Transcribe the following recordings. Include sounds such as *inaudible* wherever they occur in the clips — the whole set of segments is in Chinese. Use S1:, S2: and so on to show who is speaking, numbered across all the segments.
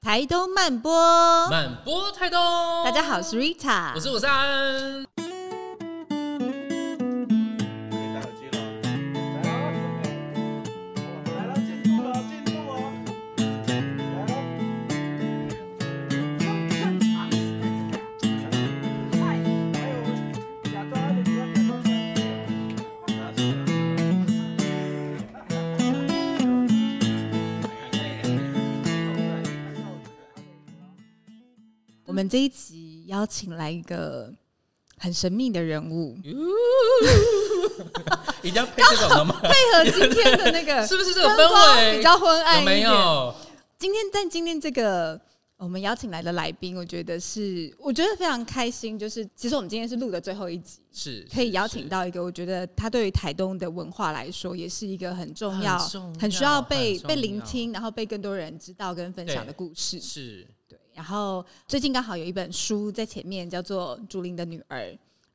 S1: 台东慢播，
S2: 满播台东，大
S1: 哦大家好，我是 Rita，
S2: 我是武三。
S3: 可以戴耳机了。来了，进步了，进步了。来了。哎呦，假装的，假装的。
S1: 我们这一集邀请来一个很神秘的人物，
S2: 嗯一定要配这种的吗？
S1: 配合今天的那个
S2: *laughs* 是不是这种
S1: 灯
S2: 氛
S1: 光
S2: 围
S1: 比较昏暗
S2: 有
S1: 一
S2: 没
S1: 点。
S2: 有？
S1: 今天，但今天这个呃我们邀请来的来宾，我觉得是我觉得非常开心，就是其实我们今天是录的最后一集。
S2: 是
S1: 可以邀请到一个，我觉得他对于台东的文化来说，也是一个很重要、
S2: 很重要
S1: 需要被
S2: 很重要
S1: 被聆听，然后被更多人知道跟分享的
S2: 对
S1: 故事
S2: 是。是
S1: 对，然后最近刚好有一本书在前面，叫做《竹林的女儿》。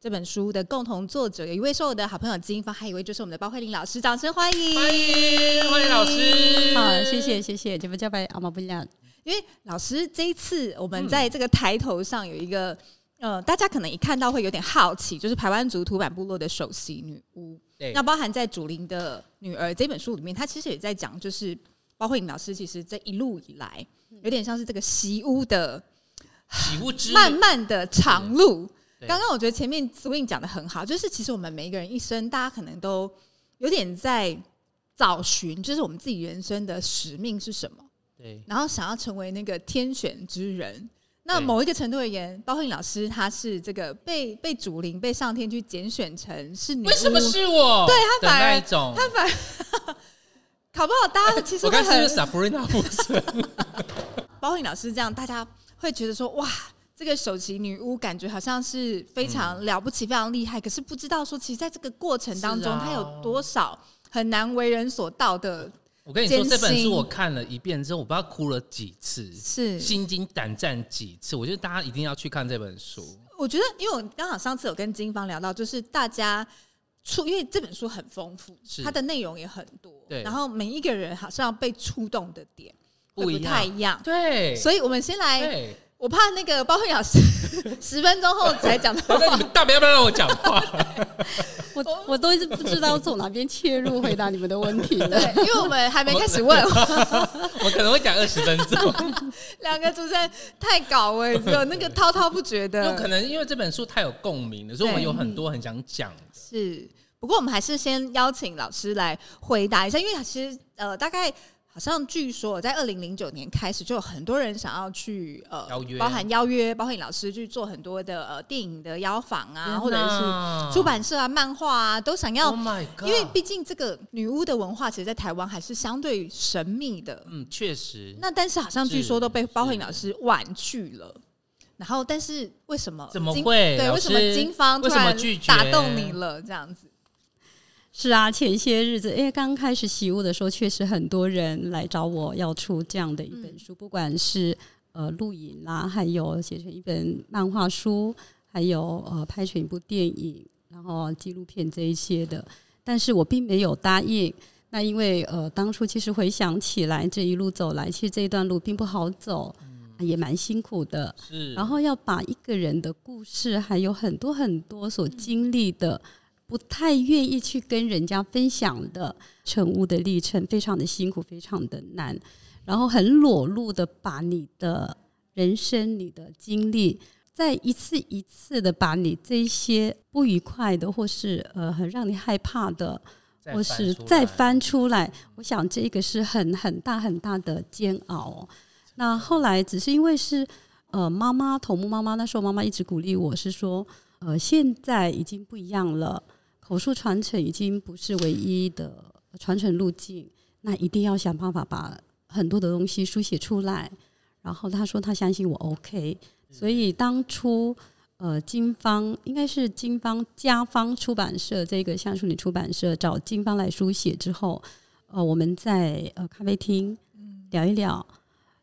S1: 这本书的共同作者有一位是我的好朋友金芳，还有一位就是我们的包慧玲老师，掌声欢迎！
S2: 欢迎欢迎老师，
S4: 好，啊谢谢谢谢，这不叫拜阿妈不一样。
S1: 因为老师这一次我
S2: 嗯
S1: 们在这个抬头上有一个、呃，大家可能一看到会有点好奇，就是排湾族土版部落的首席女巫。
S2: 对
S1: 那包含在《祖林的女儿》这本书里面，她其实也在讲，就是包慧颖老师其实这一路以来，
S2: 嗯
S1: 有点像是这个习巫的
S2: 喜物之
S1: 漫漫的长路。
S2: 对
S1: 刚刚我觉得前面 Swing 讲的很好，就是其实我们每一个人一生，大家可能都有点在找寻，就是我们自己人生的使命是什么。
S2: 对
S1: 然后想要成为那个天选之人。那
S2: 对
S1: 某一个程度而言，包慧颖老师她是这个被被主灵被上天去拣选成是女巫，
S2: 为什么是我？对
S1: 他反而
S2: 那一种，
S1: 她反而考不好，大家其实
S2: 我
S1: 会
S2: 刚才是
S1: 很
S2: 不
S1: *laughs*
S2: 是 Sabrina 不是？
S1: 包慧颖老师这样，大家会觉得说哇。这个首席女巫感觉好像是非常了不起、非常厉害，可是不知道说，其实在这个过程当中，
S2: 嗯是啊
S1: 她有多少很难为人所道的
S2: 我跟你说，
S1: 艰辛
S2: 这本书我看了一遍之后，我不知道哭了几次，
S1: 是
S2: 心惊胆战几次。我觉得大家一定要去看这本书。
S1: 我觉得，因为我刚好上次有跟金芳聊到，就是大家触，因为这本书很丰富
S2: 是，
S1: 它的内容也很多，
S2: 对
S1: 然后每一个人好像被触动的点
S2: 不
S1: 会
S2: 一
S1: 不
S2: 样
S1: 太一样，
S2: 对，
S1: 所以我们先来，
S2: 对，
S1: 我怕那个包慧老师 *laughs* 十分钟后才讲到
S2: *laughs* 反，正你们大不要不要让我讲话。
S4: 我我都一直不知道从哪边切入回答你们的问题了。
S1: 对，因为我们还没开始 *laughs* 问，
S2: 我可能会讲二十分
S4: *laughs*
S2: 钟，
S1: 两个主持人太搞了，只有那个滔滔不绝
S2: 因为可
S1: 的，
S2: 能因为这本书太有共鸣了，所以我们有很多很想讲。
S1: 是。不过我们还是先邀请老师来回答一下，因为其实呃，大概好像据说在二零零九年开始，就有很多人想要去呃
S2: 邀约
S1: 包含邀约，包括你老师去做很多的呃电影的邀访啊，或者是
S2: 是
S1: 出版社啊、漫画啊，都想要
S2: 嗯 Oh my God！
S1: 因为毕竟这个女巫的文化，其实，在台湾还是相对神秘的。
S2: 嗯，确实，
S1: 那但是好像据说都被
S2: 是
S1: 包慧老师婉拒了。然后，但是为什么金？
S2: 怎么会
S1: 对，
S2: 老
S1: 为
S2: 师
S1: 什么金方突
S2: 为什么
S1: 然
S2: 拒绝
S1: 打动你了？这样子
S4: 是啊，前些日子，因为刚开始习武的时候，确实很多人来找我要出这样的一本书，不管是呃录影啦，还有写成一本漫画书，还有呃拍成一部电影，然后纪录片这一些的，但是我并没有答应。那因为呃，当初其实回想起来，这一路走来，其实这一段路并不好走，啊也蛮辛苦的。
S2: 是，
S4: 然后要把一个人的故事，还有很多很多所经历的，不太愿意去跟人家分享的成屋的历程，非常的辛苦，非常的难，然后很裸露的把你的人生、你的经历。再一次一次的把你这一些不愉快的，或是呃很让你害怕的，
S2: 再
S4: 或
S2: 翻
S4: 是
S2: 出来
S4: 再翻出来，我想这个是很很大很大的煎熬哦。那后来只是因为是呃妈妈头目妈妈那时候妈妈一直鼓励我是说，呃现在已经不一样了，口述传承已经不是唯一的传承路径，那一定要想办法把很多的东西书写出来。然后他说他相信我 OK，所
S2: 嗯
S4: 以当初呃金方应该是金方家方出版社这个橡树女出版社找金方来书写之后，呃我们在呃咖啡厅聊一聊，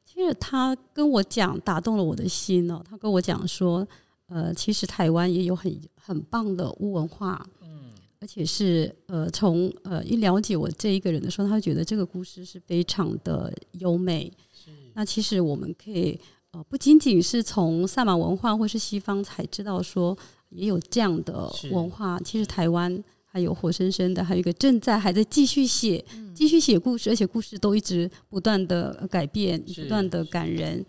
S4: 其实他跟我讲打动了我的心哦，他跟我讲说，呃其实台湾也有很很棒的巫文化，嗯。而且是呃，从呃一了解我这一个人的时候，他会觉得这个故事是非常的优美，那其实我们可以呃，不仅仅是从萨满文化或是西方才知道说也有这样的
S2: 是
S4: 文化，其实台湾还有活生生的，还有一个正在还在继续写、继续写故事，而且故事都一直不断的改变，
S2: 是
S4: 不断的感人。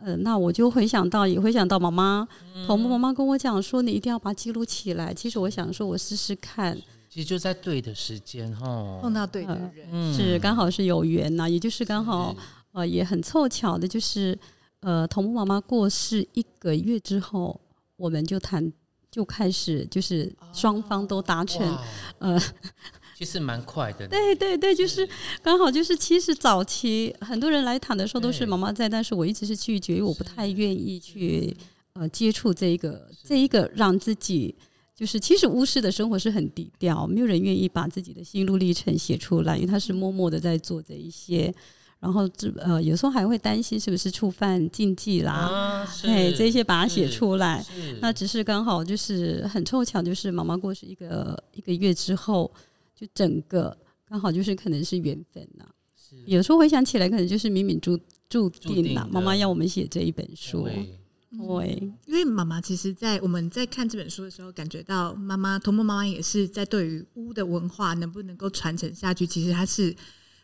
S4: 呃，那我就回想到，也回想到妈妈，
S2: 嗯
S4: 同步妈妈跟我讲说，你一定要把它记录起来。其实我想说，我试试看，
S2: 其实就在对的时间哈，
S1: 碰到对的人，
S2: 嗯
S4: 哦是刚好是有缘呐、也就是刚好
S2: 是
S4: 呃也很凑巧的，就是呃同步妈妈过世一个月之后，我们就谈就开始就是双方都达成，
S2: 哇
S4: 呃，
S2: *laughs* 其实蛮快的，
S4: 对对对，就是刚好就是其实早期很多人来谈的时候都是
S2: 对
S4: 妈妈在，但是我一直是拒绝，因为我不太愿意去呃接触这一个这一个让自己。就是，其实巫师的生活是很低调，没有人愿意把自己的心路历程写出来，因为他是默默的在做这一些，然后这呃，有时候还会担心是不是触犯禁忌啦，
S2: 啊，是
S4: 哎、这些把它写出来，
S2: 是
S4: 那只是刚好就是很凑巧，就是妈妈过世一个一个月之后，就整个刚好就是可能是缘分呐、
S2: 是
S4: 有时候回想起来，可能就是冥冥注注定
S2: 定
S4: 啦
S2: 的，
S4: 妈妈要我们写这一本书。
S2: 对
S4: 对，
S1: 因为妈妈其实在，我们在看这本书的时候，感觉到妈妈童梦妈妈也是在对于巫的文化能不能够传承下去，其实她是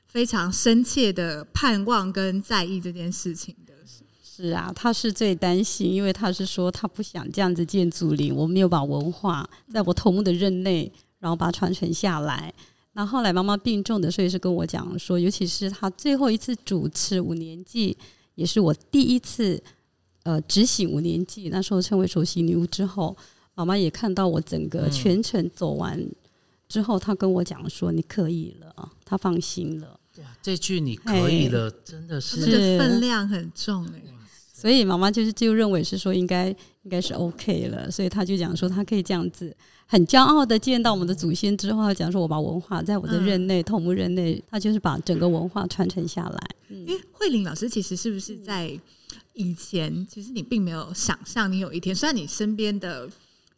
S1: 非常深切的盼望跟在意这件事情的。
S4: 是啊，他是最担心，因为他是说他不想这样子建祖陵，我没有把文化在我头目的任内，然后把它传承下来。那后来妈妈病重的，所以是跟我讲说，尤其是她最后一次主持五年祭，也是我第一次呃执行五年祭，那时候成为首席女巫之后，妈妈也看到我整个
S2: 嗯
S4: 全程走完之后，她跟我讲说，你可以了，她放心了。
S2: 哇，这句你可以了，真的
S1: 他
S2: 是
S1: 们的分量很重哎、
S4: 所以妈妈就是就认为是说应该应该是 OK 了，所以她就讲说她可以这样子很骄傲的见到我们的祖先之后，她讲说我把文化在我的任内、头目任内，她就是把整个文化传承下来。嗯
S1: 因为慧玲老师其实是不
S2: 嗯
S1: 是在以前，其实你并没有想象你有一天，虽然你身边的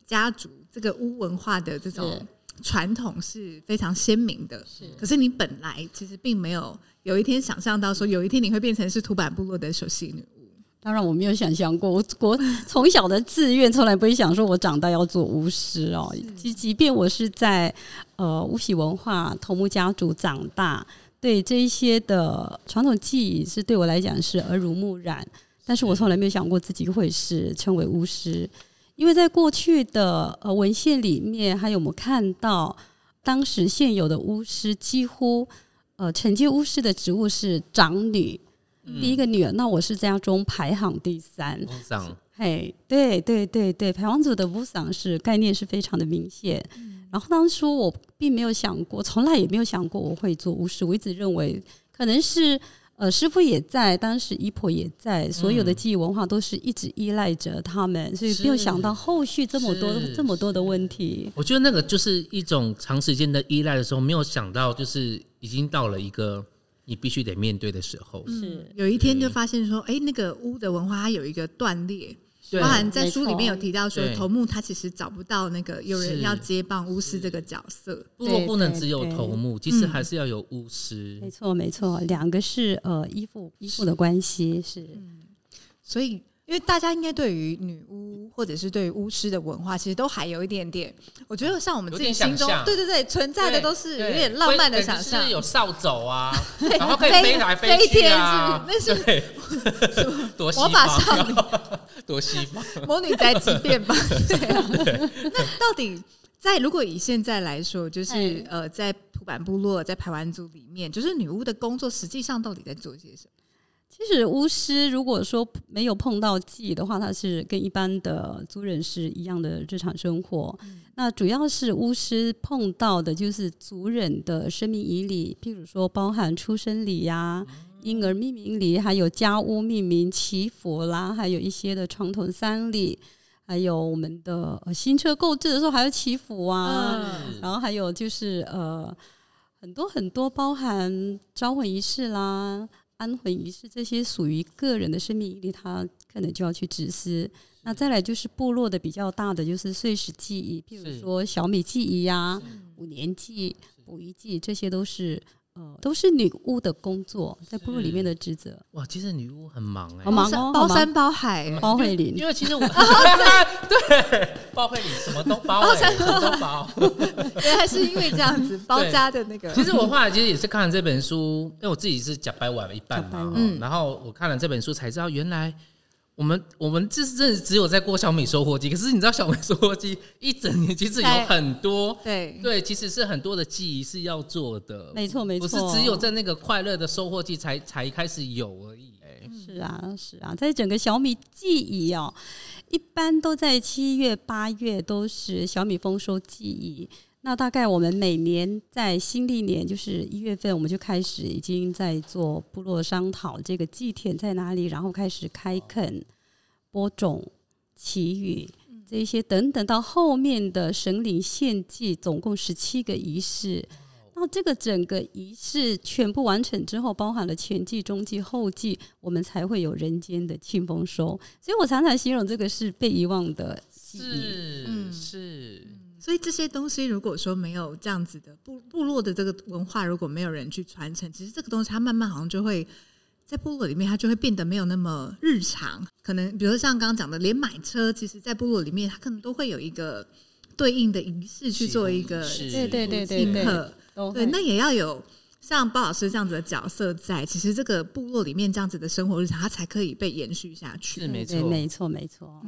S1: 家族这个巫文化的这种传统是非常鲜明的，可是你本来其实并没有有一天想象到说有一天你会变成是土版部落的首席女巫。
S4: 当然我没有想象过，我我从小的志愿从来不会想说我长大要做巫师哦。即即便我是在呃巫喜文化头目家族长大，对这一些的传统技艺是对我来讲是耳濡目染，但是我从来没有想过自己会是成为巫师，因为在过去的呃文献里面，还有我们看到当时现有的巫师几乎呃承接巫师的职务是长女。第一个女儿，那我是家中排行第三。
S2: 工长
S4: 嘿，对对对对，排行组的不赏是概念是非常的明显。
S2: 嗯
S4: 然后当初我并没有想过，从来也没有想过我会做巫师，我一直认为可能是呃师傅也在，当时姨婆也
S2: 嗯
S4: 在，所有的记忆文化都是一直依赖着他们，所以没有
S2: 是
S4: 想到后续这么多
S2: 是
S4: 这么多的问题。
S2: 我觉得那个就是一种长时间的依赖的时候，没有想到就是已经到了一个你必须得面对的时候。
S1: 嗯
S4: 是
S1: 有一天就发现说，哎、那个巫的文化它有一个断裂，
S2: 对
S1: 包含在书里面有提到说
S2: 没，错
S1: 头目他其实找不到那个有人
S2: 是
S1: 要接棒巫师这个角色。
S2: 部落不能
S4: 对
S2: 只有
S4: 对
S2: 头目，其
S1: 嗯
S2: 实还是要有巫师
S4: 嗯没。错没错，两个是呃依附依附的关系是。
S1: 所以，因为大家应该对于女巫或者是对于巫师的文化，其实都还有一点点，我觉得像我们自己
S2: 有点想
S1: 心中
S2: 象，
S1: 对对对，存在的都是有点浪漫的想象
S2: 就是。有扫
S1: *laughs*
S2: 帚啊，然后可以
S1: 飞
S2: 飞来
S1: 飞
S2: 去
S1: 天
S2: 啊，
S1: 是不是
S2: 对
S1: *laughs*
S2: 多西
S1: 魔法少
S2: 方，啊
S1: 女、
S2: 多西方。
S1: 魔女宅急便吧？对啊。那到底在如果以现在来说，就是
S4: 哎
S1: 呃，在土坂部落、在排湾族里面，就是女巫的工作实际上到底在做些什么？
S4: 其实巫师如果说没有碰到忌的话，他是跟一般的族人是一样的日常生活。那主要是巫师碰到的就是族人的生命仪礼，譬如说包含出生礼呀、婴儿命名礼，还有家屋命名、祈福啦，还有一些的传统丧礼，还有我们的呃新车购置的时候还要祈福啊，
S1: 嗯
S4: 然后还有就是呃，很多很多包含招魂仪式啦、安魂仪式这些属于个人的生命仪礼，他可能就要去实施。那再来就是部落的比较大的就是碎石记忆，譬
S2: 是
S1: 嗯
S4: 如说小米记忆呀、五年祭、捕鱼祭，这些都是呃，都是女巫的工作，在部落里面的职责，
S2: 哇，其实女巫很忙哎、
S4: 好忙
S1: 包山
S4: 哦，
S1: 包
S4: 好忙
S1: 山包海，
S4: 包慧
S2: 因
S4: 玲，
S2: 为其实我
S1: *laughs*
S2: *laughs* 对包会你什么都包、
S1: 包
S2: 欸，
S1: 山
S2: 什么都包。
S1: 原来是因为这样子包家的那个，
S2: *laughs* 其实我后来其实也是看了这本书，因为我自己是假白玩一半
S4: 假白
S2: 嘛
S4: 碗，
S2: 嗯、然后我看了这本书才知道，原来我们我们这真的只有在过小米收获季，可是你知道小米收获季一整年其实有很多。
S1: 对
S2: 对，其实是很多的记忆是要做的，
S4: 没错没
S2: 不
S4: 错
S2: 是只有在那个快乐的收获季才才开始有而已、哎
S4: 是啊是啊，在整个小米记忆哦，一般都在七月八月都是小米丰收记忆。那大概我们每年在新历年，就是一月份，我们就开始已经在做部落商讨，这个祭田在哪里，然后开始开垦、播种、祈雨这一些等等，到后面的神灵献祭，总共十七个仪式。那这个整个仪式全部完成之后，包含了前祭、中祭、后祭，我们才会有人间的庆丰收。所以我常常形容这个是被遗忘的记忆。
S2: 是、
S1: 嗯
S2: 是，
S1: 所以这些东西如果说没有这样子的部部落的这个文化，如果没有人去传承，其实这个东西它慢慢好像就会在部落里面，它就会变得没有那么日常。可能比如像刚刚讲的，连买车，其实在部落里面，它可能都会有一个对应的仪式去做一个
S2: 是
S4: 对对对对
S1: 庆
S4: 对，
S1: 贺。
S4: 都
S1: 对，
S4: 会
S1: 那也要有像包老师这样子的角色在，其实这个部落里面这样子的生活日常，它才可以被延续下去。
S2: 是没
S4: 对
S2: 错，
S4: 没错没错。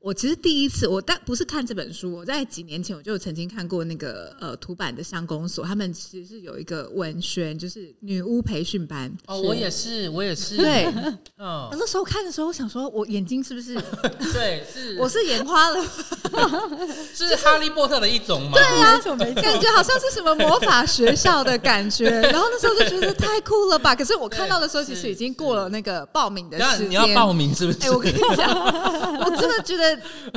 S1: 我其实第一次，我但不是看这本书，我在几年前我就曾经看过那个呃土版的乡公所，他们其实是有一个文宣，就是女巫培训班。
S2: 哦，我也是，我也是， *laughs*
S1: 对，
S2: 嗯
S1: 我，那时候看的时候，我想说，我眼睛是不
S2: *laughs*
S1: 是
S2: 对，是
S1: 我是眼花了？
S2: 是哈利波特的一种吗？
S1: 对啊，感觉好像是什么魔法学校的感
S2: *laughs*
S1: 觉。然后那时候就觉得太酷了吧！可是我看到的时候，
S2: 对
S1: 其实已经过了那个报名的
S2: 然后
S1: 时间。
S2: 你要报名是不
S1: *laughs* 哎、
S2: 是？
S1: 我跟你讲， *laughs* 我真的觉得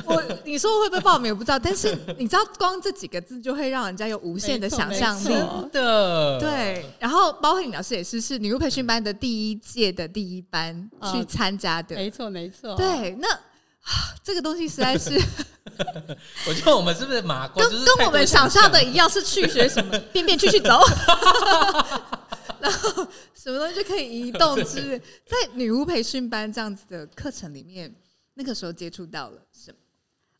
S1: 我你说我会不会报名我不知道，但是你知道光这几个字就会让人家有无限的想象力
S4: 没。错
S2: 真的，
S1: 对，然后包慧颖老师也是，是女巫培训班的第一届的第一班
S4: 啊
S1: 去参加的。
S4: 没错，没错，，
S1: 对，那、 *sighs* 啊这个东西实在
S4: *laughs*
S1: 是
S2: 我觉得我们是不是麻瓜？
S1: 跟
S2: 就是
S1: 跟
S2: 太
S1: 我
S2: 多
S1: 们想象的
S2: 了
S1: 一样，是去学什
S4: *laughs*
S1: 么变变去去走，然后什么东西就可以移动之类。在女巫培训班这样子的课程里面，那个时候接触到了什么？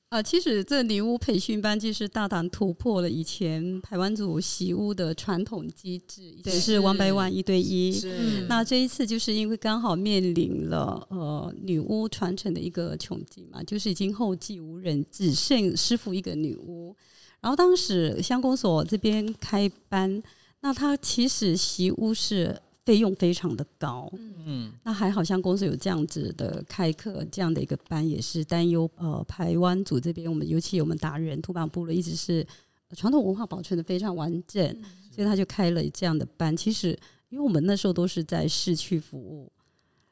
S4: 呃，其实这女巫培训班其实大胆突破了以前排湾族习巫的传统机制，以前是
S2: 是
S4: one by one 一对
S2: 嗯
S4: 一，
S2: 是
S4: 那这一次就是因为刚好面临了呃女巫传承的一个窘境嘛，就是已经后继无人，只剩师傅一个女巫。然后当时乡公所这边开班，那他其实习巫是费用非常的高，
S2: 嗯，
S4: 那还好像公司有这样子的开课这样的一个班，也是担忧呃台湾组这边，我们尤其我们达人土版部落一直是呃传统文化保存的非常完整，所以他就开了这样的班。其实因为我们那时候都是在市区服务。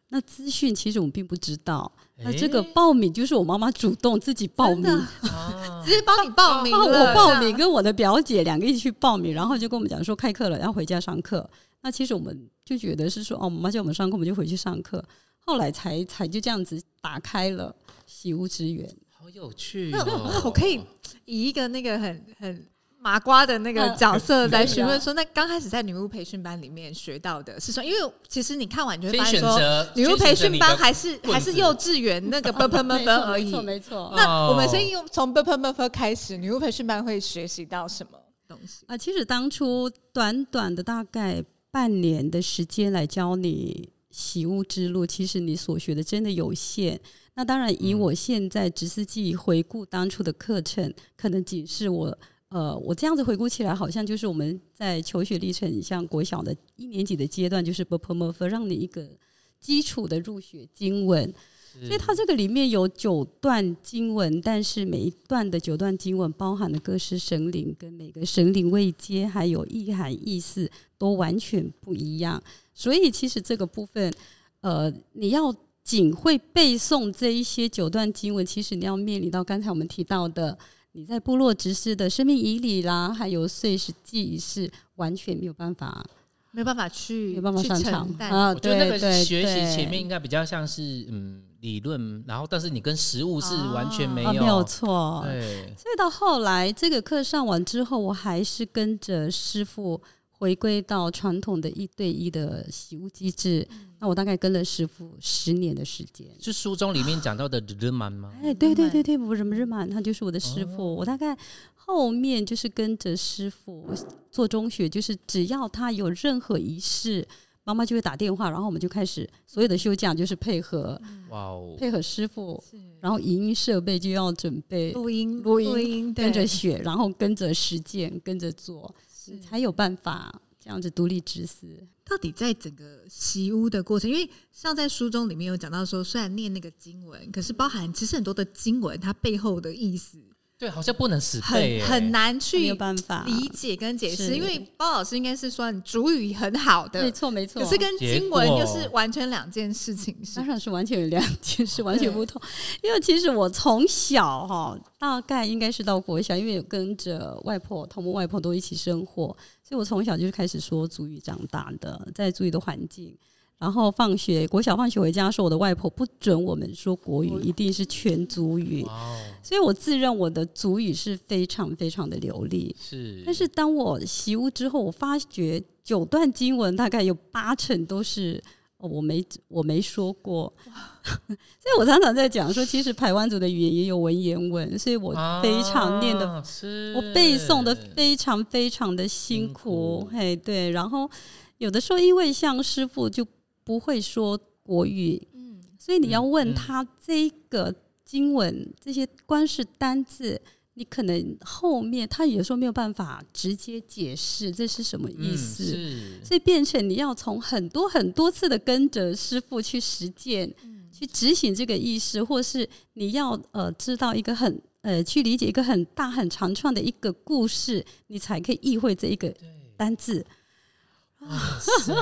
S4: 那资讯其实我们并不知道，那这个报名就是我妈妈主动自己报名
S1: 真，的
S2: 哎啊
S1: 直接帮你报名
S4: 然后
S1: 了，
S4: 哦我报名
S1: 这样
S4: 跟我的表姐两个一起去报名，然后就跟我们讲说开课了，要回家上课。那其实我们就觉得是说，哦，我妈叫我们上课，我们就回去上课。后来才才就这样子打开了喜屋之源，
S2: 好有趣
S1: 那
S2: 哦。
S1: 那我可以以一个那个很很麻瓜的那个
S4: 嗯
S1: 角
S4: *laughs*
S1: 色
S4: 啊
S1: 来询问说，那刚开始在女巫培训班里面学到的是什么？因为其实你看完就会
S2: 先
S1: 发
S2: 选
S1: 现说，
S2: 择
S1: 女巫培训班
S2: 先选择你的
S1: 还是
S2: 棍子
S1: 还是幼稚园那个啵啵啵
S4: *laughs* 啊没
S1: 啵
S4: 错
S1: 而已
S4: 没。错没错。
S1: 那我们先
S2: 哦
S1: 用从啵啵啵啵开始，女巫培训班会学习到什么东西？
S4: 啊，其实当初短短的大概半年的时间来教你习物之路，其实你所学的真的有限。那当然，以我现在只是记忆回顾当初的课程，可能仅是我呃，我这样子回顾起来，好像就是我们在求学历程，像国小的一年级的阶段，就是 b p m f 让你一个基础的入学经文。所以它这个里面有九段经文，但是每一段的九段经文包含的各式神灵，跟每个神灵位阶还有意涵意思都完全不一样。所以其实这个部分，呃，你要仅会背诵这一些九段经文，其实你要面临到刚才我们提到的，你在部落执事的生命仪礼啦，还有碎石祭仪式，完全没有办法，
S1: 没有办法去
S4: 没有办法
S1: 去
S4: 上场
S1: 承担
S4: 啊。
S2: 哦我觉得那
S4: 对
S2: 个
S4: 对
S2: 学习
S4: 对
S2: 前面应该比较像是嗯理论，然后但是你跟实物是完全没
S4: 啊，
S1: 哦
S4: 没有
S2: 有。
S4: 错，
S2: 对，
S4: 所以到后来这个课上完之后，我还是跟着师傅回归到传统的一对一的习务机制。那我大概跟了师傅十年的时间。
S2: 是书中里面讲到的日满吗？
S4: 哎，对对对对，我什么日满，他就是我的师傅。我大概后面就是跟着师傅做中学，就是只要他有任何仪式，妈妈就会打电话，然后我们就开始所有的休假就是配合
S2: 哇哦，
S4: 配合师傅，
S1: 是
S4: 然后影音设备就要准备
S1: 录音
S4: 录音
S1: 音
S4: 跟着
S1: 对
S4: 学，然后跟着实践，跟着做，
S1: 是
S4: 你才有办法这样子独立执思。
S1: 到底在整个习巫的过程，因为像在书中里面有讲到说，虽然念那个经文，可是包含其实很多的经文，它背后的意思
S2: 对，好像不能死背
S1: 很
S2: 耶，
S1: 很难
S4: 没
S1: 去
S4: 有办法，
S1: 理解跟解释。
S4: 是
S1: 因为包老师应该是说你主语很好
S4: 没
S1: 的，
S4: 错没错。
S1: 可是跟
S2: 结
S1: 经文
S2: 果
S1: 就是完全两件事情，是
S4: 当然是完全有两件事完全不同，因为其实我从小哈，大概应该是到国小，因为有跟着外婆、同母外婆都一起生活，所以我从小就是开始说祖语长大的，在祖语的环境。然后放学，国小放学回家的时候，我的外婆不准我们说国语，一定是全族语。
S2: 哇哦，
S4: 所以我自认我的主语是非常非常的流利。
S2: 是，
S4: 但是当我习巫之后，我发觉九段经文大概有八成都是哦我没我没说过， *laughs* 所以我常常在讲说，其实台湾族的语言也有文言文，所以我非常念的，
S2: 啊是
S4: 我背诵的非常非常的辛
S2: 嗯辛
S4: 苦
S2: 苦，
S4: 嘿，对。然后有的时候因为像师傅就不会说国语，
S1: 嗯，
S4: 所以你要
S2: 嗯
S4: 问
S2: 嗯
S4: 他这个经文这些光是单字，你可能后面他有时候没有办法直接解释这是什么意
S2: 嗯
S4: 思，
S2: 是
S4: *laughs* 所以变成你要从很多很多次的跟着师傅去实践，
S1: 嗯
S4: 去执行这个意识，或是你要呃知道一个很。呃，去理解一个很大很长串的一个故事，你才可以意会这一个
S2: 对，
S4: 单字。
S2: 哇塞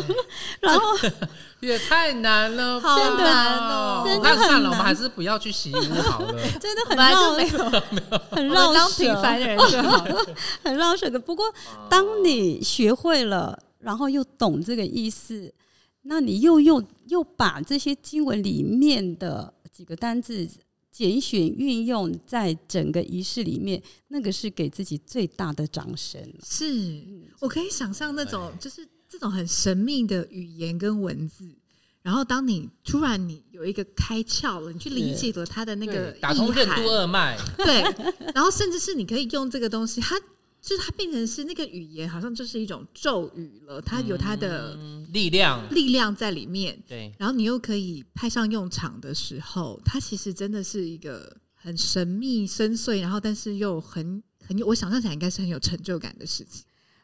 S4: 然后
S2: *laughs* 也太难了吧，
S1: 好难哦
S4: 真的
S2: 那
S4: 很
S2: 算了，我们
S4: 难
S2: 还是不要去洗屋好了。
S4: 真的
S1: 本
S4: 很
S1: 来
S4: 绕
S1: 就，没有，
S4: 很
S1: 我
S4: 绕
S1: 们
S4: 舌。
S1: 当平凡人就好了。
S4: 很绕舌的。不过，当你学会了，然后又懂这个意思，那你又又又把这些经文里面的几个单字拣选运用在整个仪式里面，那个是给自己最大的掌声。
S1: 是
S4: 嗯
S1: 我可以想象那
S2: 哎
S1: 种就是这种很神秘的语言跟文字，然后当你突然你有一个开窍了，你去理解了它的那个
S2: 对打通
S1: 意
S2: 任
S1: 涵
S2: 督二脉，
S1: *laughs* 对，然后甚至是你可以用这个东西，它就是它变成是那个语言，好像就是一种咒语了，它有它的
S2: 嗯力量。
S1: 力量在里面，
S2: 对，
S1: 然后你又可以派上用场的时候，它其实真的是一个很神秘深邃，然后但是又很很有，我想象起来应该是很有成就感的事情。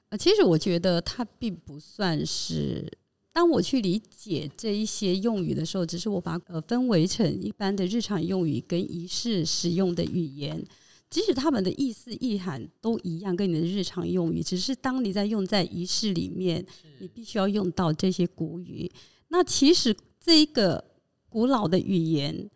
S4: 呃，其实我觉得它并不算是。当我去理解这一些用语的时候，只是我把呃分为成一般的日常用语跟仪式使用的语言，即使他们的意思意涵都一样，跟你的日常用语，只是当你在用在仪式里面，你必须要用到这些古语。那其实这一个古老的语言，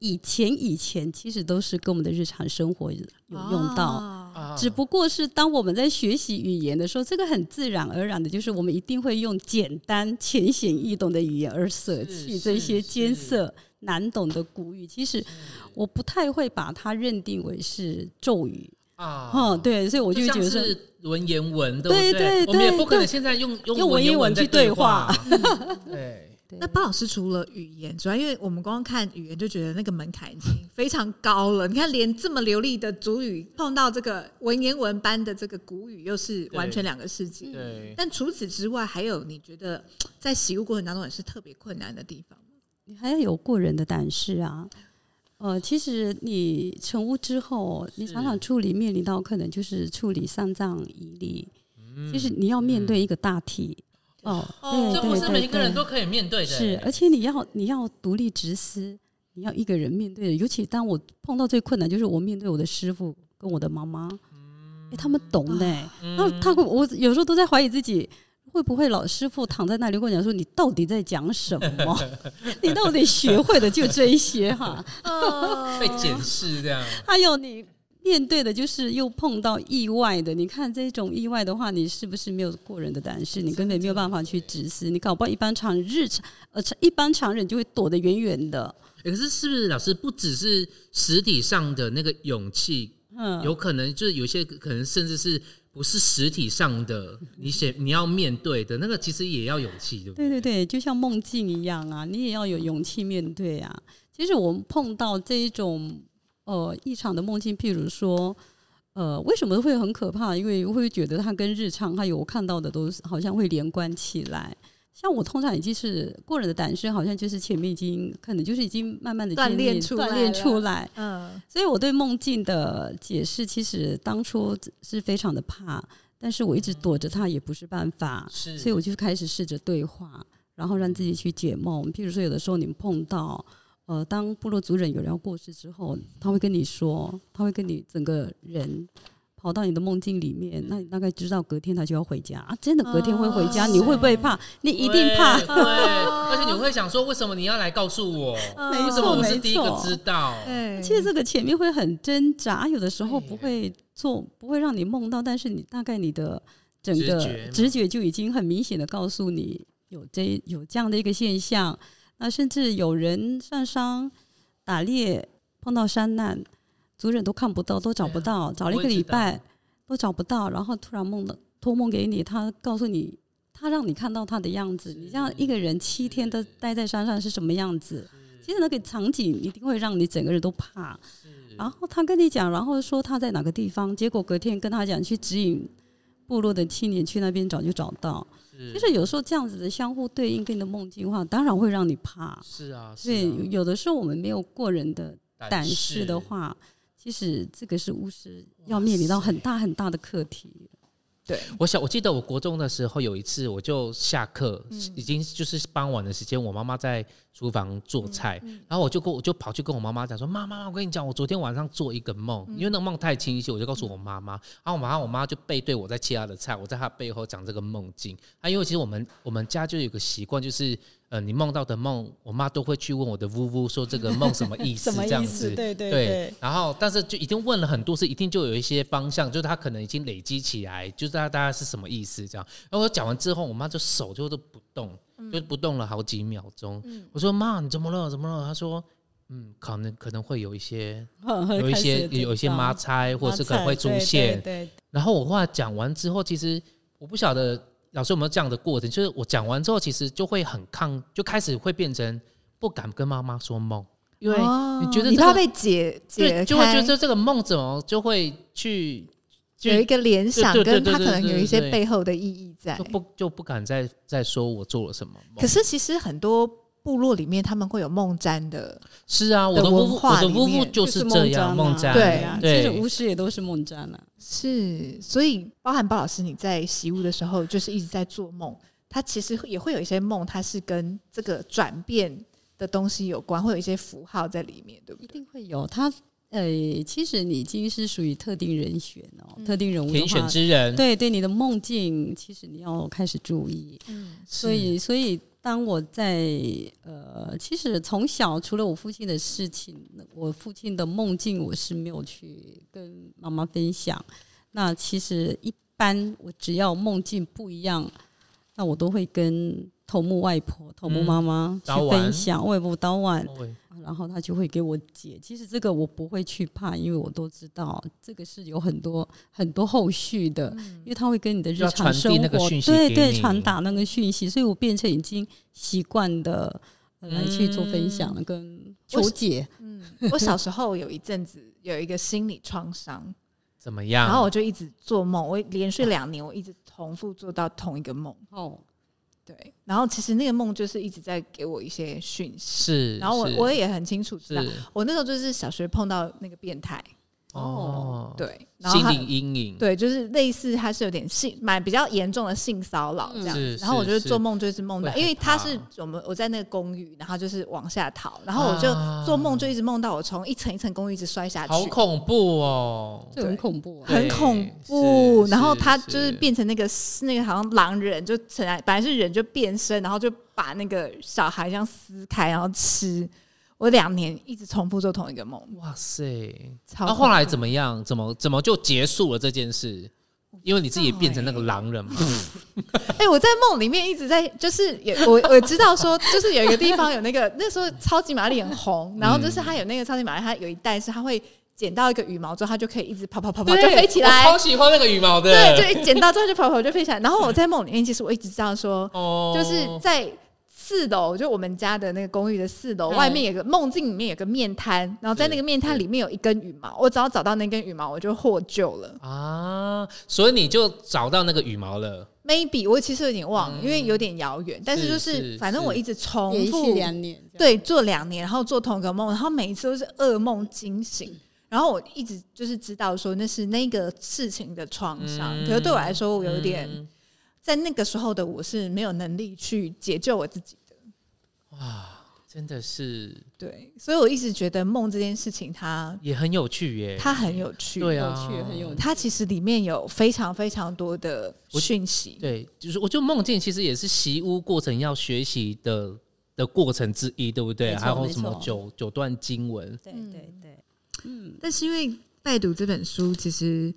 S4: 以前以前其实都是跟我们的日常生活有用到。
S1: 哦
S2: 啊
S4: 只不过是当我们在学习语言的时候，这个很自然而然的，就是我们一定会用简单、浅显易懂的语言而舍弃
S2: 是
S4: 这
S2: 是嗯
S4: 些艰
S2: 是
S4: 涩难懂的古语。其实我不太会把它认定为是咒语，
S2: 啊
S4: 嗯，，对，所以我
S2: 我
S4: 就会觉得说
S2: 是文言文，对
S4: 对
S2: 不
S4: 对
S2: 我们也
S4: 对
S2: 不可能
S4: 对
S2: 现在用
S4: 用文
S2: 文言
S4: 言文
S2: 在
S4: 去
S2: 对
S4: 对话
S2: 话。 *laughs* 对，
S4: 对
S1: 那包老师除了语言之外，因为我们光看语言就觉得那个门槛已经非常高了。你看，连这么流利的主语碰到这个文言文般的这个古语，又是完全两个世界。
S5: 嗯
S2: 对，
S1: 但除此之外，还有你觉得在习物过程当中也是特别困难的地方吗？
S4: 你还要哎有过人的胆识啊。呃，其实你成屋之后，你常常
S2: 是
S4: 处理面临到可能就是处理丧葬仪礼，其实你要面对一个大体。哦，对
S2: 嗯这
S4: 对
S2: 不是
S4: 对
S2: 每一个
S4: 对
S2: 人都可以面对的。
S4: 是，而且你要你要独立执思，你要一个人面对的。尤其当我碰到最困难，就是我面对我的师傅跟我的妈妈，
S2: 嗯
S4: 哎、他们懂的、欸。
S2: 啊
S4: 那、他会，我有时候都在怀疑自己。会不会老师傅躺在那里跟我讲说你到底在讲
S2: *laughs*
S4: 什么？你到底学会的就这一些哈？
S5: *laughs* 嗯
S2: 被检视这样，
S4: *laughs* 还有你面对的就是又碰到意外的，你看这种意外的话，你是不是没有过人的胆识？你根本没有办法去直视，你搞不好一般常日常呃一般常人就会躲得远远的。
S2: 欸可是是不是老师不只是实体上的那个勇气，
S4: 嗯，
S2: 有可能就是有些可能甚至是不是实体上的，你写你要面对的那个，其实也要勇气，对不
S4: 对
S2: 对
S4: 对对，就像梦境一样啊，你也要有勇气面对啊。其实我们碰到这一种呃异常的梦境，譬如说，呃，为什么会很可怕？因为会觉得它跟日常还有我看到的都是好像会连贯起来。像我通常已经是过人的胆识，好像就是前面已经可能就是已经慢慢的
S1: 锻炼出来
S4: 锻炼
S1: 了
S4: 出来，
S1: 嗯，
S4: 所以我对梦境的解释，其实当初是非常的怕，但是我一
S2: 嗯
S4: 直躲着它也不是办法，
S2: 是
S4: 所以我就开始试着对话，然后让自己去解梦。譬如说，有的时候你们碰到，呃，当部落族人有人要过世之后，他会跟你说，他会跟你整个人。跑到你的梦境里面，那你大概知道隔天他就要回家啊！真的隔天会回家，
S1: 哦
S4: 你会不会怕？你一定怕
S2: 对，。对而且你会想说，为什么你要来告诉我？
S4: 没
S2: 为什
S4: 错
S2: 么我是第一
S4: 哦没
S2: 个
S4: 错
S2: 知道？
S1: 嗯对，
S4: 其实这个前面会很挣扎，有的时候
S2: 对
S4: 不会做，不会让你梦到，但是你大概你的整
S2: 直
S4: 个
S2: 觉嘛
S4: 直觉就已经很明显的告诉你有这有这样的一个现象。那甚至有人上山打猎碰到山难，族人都看不到，都找不
S2: 对啊
S4: 到，找了一
S2: 我
S4: 个
S2: 也
S4: 礼
S2: 知道
S4: 拜都找不到，然后突然梦到托梦给你，他告诉你。他让你看到他的样子，你像一个人七天都待在山上是什么样子？其实那个场景一定会让你整个人都怕。然后他跟你讲，然后说他在哪个地方，结果隔天跟他讲去指引部落的青年去那边找，就找到。
S2: 是
S4: 其实有时候这样子的相互对应跟你的梦境话，当然会让你怕。
S2: 是啊，是
S4: 所以
S2: 啊
S4: 有有的时候我们没有过人的胆识的，
S2: 但
S4: 话，其实这个是巫师要面临到很大很大的课 *laughs* 题。
S2: 是我想我记得我国中的时候有一次，我就下课、
S1: 嗯
S2: 已经就是傍晚的时间，我妈妈在厨房做菜，
S1: 嗯
S2: 然后我就跟我就跑去跟我妈妈讲说，妈妈，妈我跟你讲，我昨天晚上做一个梦，因为那个梦太清晰，我就告诉我妈妈，然后我妈我妈就背对我在切她的菜，我在她背后讲这个梦境。啊，因为其实我们我们家就有个习惯，就是呃，你梦到的梦，我妈都会去问我的呜呜说这个梦什么意思，
S1: *laughs*
S5: 什么
S2: 这样
S5: 意思？
S2: 子。
S5: 对对
S2: 对，然后但是就已经问了很多次，一定就有一些方向，就是他可能已经累积起来，就是他大概是什么意思这样。然后我讲完之后，我妈就手就都不动，就不动了好几秒钟。我说妈，你怎么了？怎么了？她说。嗯，可能可能会有一些有一些有一些
S5: 妈
S2: 妈猜，或者是可能会出
S5: 对
S2: 现。
S5: 对
S2: 然后我话讲完之后，其实我不晓得老师有没有这样的过程，就是我讲完之后，其实就会很抗，就开始会变成不敢跟妈妈说梦，因为你觉得
S1: 哦你
S2: 这
S1: 怕
S2: 个
S1: 被解解
S2: 对，就会觉
S1: 开
S2: 得这个梦怎么就会去就
S1: 有一个联想，
S2: 对对
S1: 跟
S2: 对
S1: 他
S2: 对
S1: 可能
S2: 对
S1: 有一些
S2: 对
S1: 背后的意义在
S2: 就。不就不敢再再说我做了什么梦。
S1: 可是其实很多部落里面他们会有梦占的，
S2: 是啊，我的
S1: 的
S2: 夫
S1: 文
S2: 妇我
S1: 化
S2: 的
S1: 里
S2: 夫妇
S1: 面
S2: 就
S5: 就是是
S2: 这
S5: 梦
S2: 样
S5: 占
S2: 梦
S5: 啊
S2: 占，
S1: 对
S5: 啊
S2: 对
S4: 其实巫师也都是梦占了、
S1: 是，所以包含包老师你在习武的时候，就是一直在做梦，他其实也会有一些梦，它是跟这个转变的东西有关，会有一些符号在里面，对不
S4: 一
S1: 对？
S4: 定会有他。呃，其实你已经是属于特定人选哦，
S1: 嗯
S4: 特定人物的
S2: 天选
S4: 话
S2: 之人，
S4: 对对，你的梦境其实你要开始注意。
S1: 嗯，
S4: 所以，所以当我在呃，其实从小除了我父亲的事情，我父亲的梦境我是没有去跟妈妈分享。那其实一般我只要梦境不一样，那我都会跟头目外婆、头目妈妈去
S2: 当晚
S4: 分享，外婆当晚，
S2: 哦喂
S4: 然后她就会给我解。其实这个我不会去怕，因为我都知道这个是有很多很多后续的。
S1: 嗯
S4: 因为他会跟你的日
S2: 就要
S4: 常
S2: 传
S4: 生
S2: 递
S4: 活，
S2: 那个讯息
S4: 对
S2: 给
S4: 对，
S2: 你
S4: 传达那个讯息，所以我变成已经习惯的
S2: 嗯
S4: 来去做分
S1: 嗯
S4: 享了，跟求解。
S1: 我小时候有一阵子有一个心理创伤，
S2: 怎么样？
S1: 然后我就一直做梦，我连续两年我一直重复做到同一个梦，
S4: 哦，
S1: 对。然后其实那个梦就是一直在给我一些讯息，
S2: 是，
S1: 然后我
S2: 是
S1: 我也很清楚知道，
S2: 是
S1: 我那时候就是小学碰到那个变态，
S2: 哦，嗯
S1: 对，然后
S2: 心
S1: 他
S2: 理阴影，
S1: 对，就是类似他是有点性蛮比较严重的性骚扰这样
S2: 嗯是
S1: 子。然后我
S2: 是
S1: 就是做梦就是梦
S2: 会
S1: 到，
S2: 害
S1: 因为他
S2: 怕
S1: 是我们我在那个公寓，然后就是往下逃，然后我就做梦就一直梦到我从一层一层公寓一直摔下去，
S2: 啊好恐怖哦！
S4: 这很恐怖啊！
S1: 很
S2: 对
S1: 恐
S2: 是
S1: 怖。
S2: 是
S1: 然后他就是
S2: 是
S1: 变成那个那个好像狼人，就本来本来是人就变身，然后就把那个小孩这样撕开，然后吃。我两年一直重复做同一个梦，
S2: 哇塞！
S1: 超
S2: 那、
S1: 恐
S2: 后来
S1: 怖
S2: 怎么样？怎么怎么就结束了这件事？因为你自己也变成那个
S1: 欸
S2: 狼人
S1: *laughs*
S2: 嘛，
S1: 哎、我在梦里面一直在，就是有我我知道说， *laughs* 就是
S2: 嗯
S1: 有一个地方有那个那时候超级玛丽很红，然后就是它有那个超级玛丽，它有一代是它会捡到一个羽毛之后，它就可以一直跑跑跑跑
S2: 对，
S1: 就飞起来
S2: 我。超喜欢那个羽毛的，
S1: 对，就一捡到之后就跑跑就飞起来。然后我在梦里面，其实我一直这样说，
S2: 哦
S1: 就是在四楼，就我们家的那个公寓的四楼，
S4: 嗯
S1: 外面有个梦境里面有个面摊，然后在那个面摊里面有一根羽毛，我只要找到那根羽毛，我就获救了。
S2: 啊，所以你就找到那个羽毛了，
S1: Maybe 我其实有点忘，因为有点遥远，但是就是是
S2: 嗯是
S1: 反正我一直重
S4: 连
S1: 复
S4: 续两年，
S1: 对，做两年，然后做同一个梦，然后每一次都是噩梦惊醒，然后我一直就是知道说那是那个事情的创伤，
S2: 嗯
S1: 可是对我来说，我有点、
S2: 嗯
S1: 在那个时候的我是没有能力去解救我自己的，
S2: 哇，真的是
S1: 对，所以我一直觉得梦这件事情它
S2: 也很有趣耶，
S1: 它很有趣，
S2: 对
S4: 有
S2: 啊，
S4: 趣很有趣。
S1: 它其实里面有非常非常多的讯息，
S2: 对，就是我觉得梦境其实也是习巫过程要学习的的过程之一，对不对？
S4: 没错
S2: 还有什么
S4: 没错
S2: 九九段经文，
S4: 对
S1: 嗯
S4: 对对，嗯，
S1: 但是因为拜读这本书，其实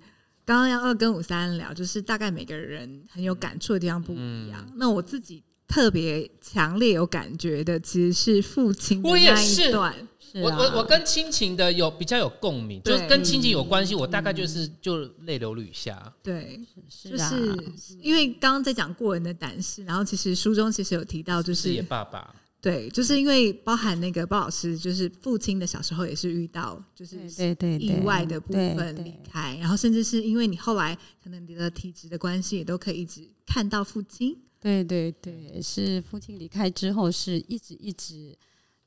S1: 刚刚要二跟五三聊，就是大概每个人很有感触的地方不一样。那我自己特别强烈有感觉的，其实是父亲的
S2: 我也
S1: 那
S2: 是
S1: 一段。
S4: 是
S2: 我
S4: 啊
S2: 我我跟亲情的有比较有共鸣，
S1: 对
S2: 就是跟亲情有关系，我大概就是
S4: 嗯
S2: 就泪流雨下。
S1: 对，
S4: 是
S1: 就是
S4: 啊，
S1: 因为刚刚在讲过人的胆识，然后其实书中其实有提到，就
S2: 事业
S1: 是
S2: 爸爸，
S1: 对，就是因为包含那个包老师，就是父亲的小时候也是遇到就是
S4: 对对对
S1: 意外的部分
S4: 对
S1: 离
S4: 对
S1: 开，然后甚至是因为你后来可能你的体质的关系，也都可以一直看到父亲。
S4: 对对对，是父亲离开之后是一直一直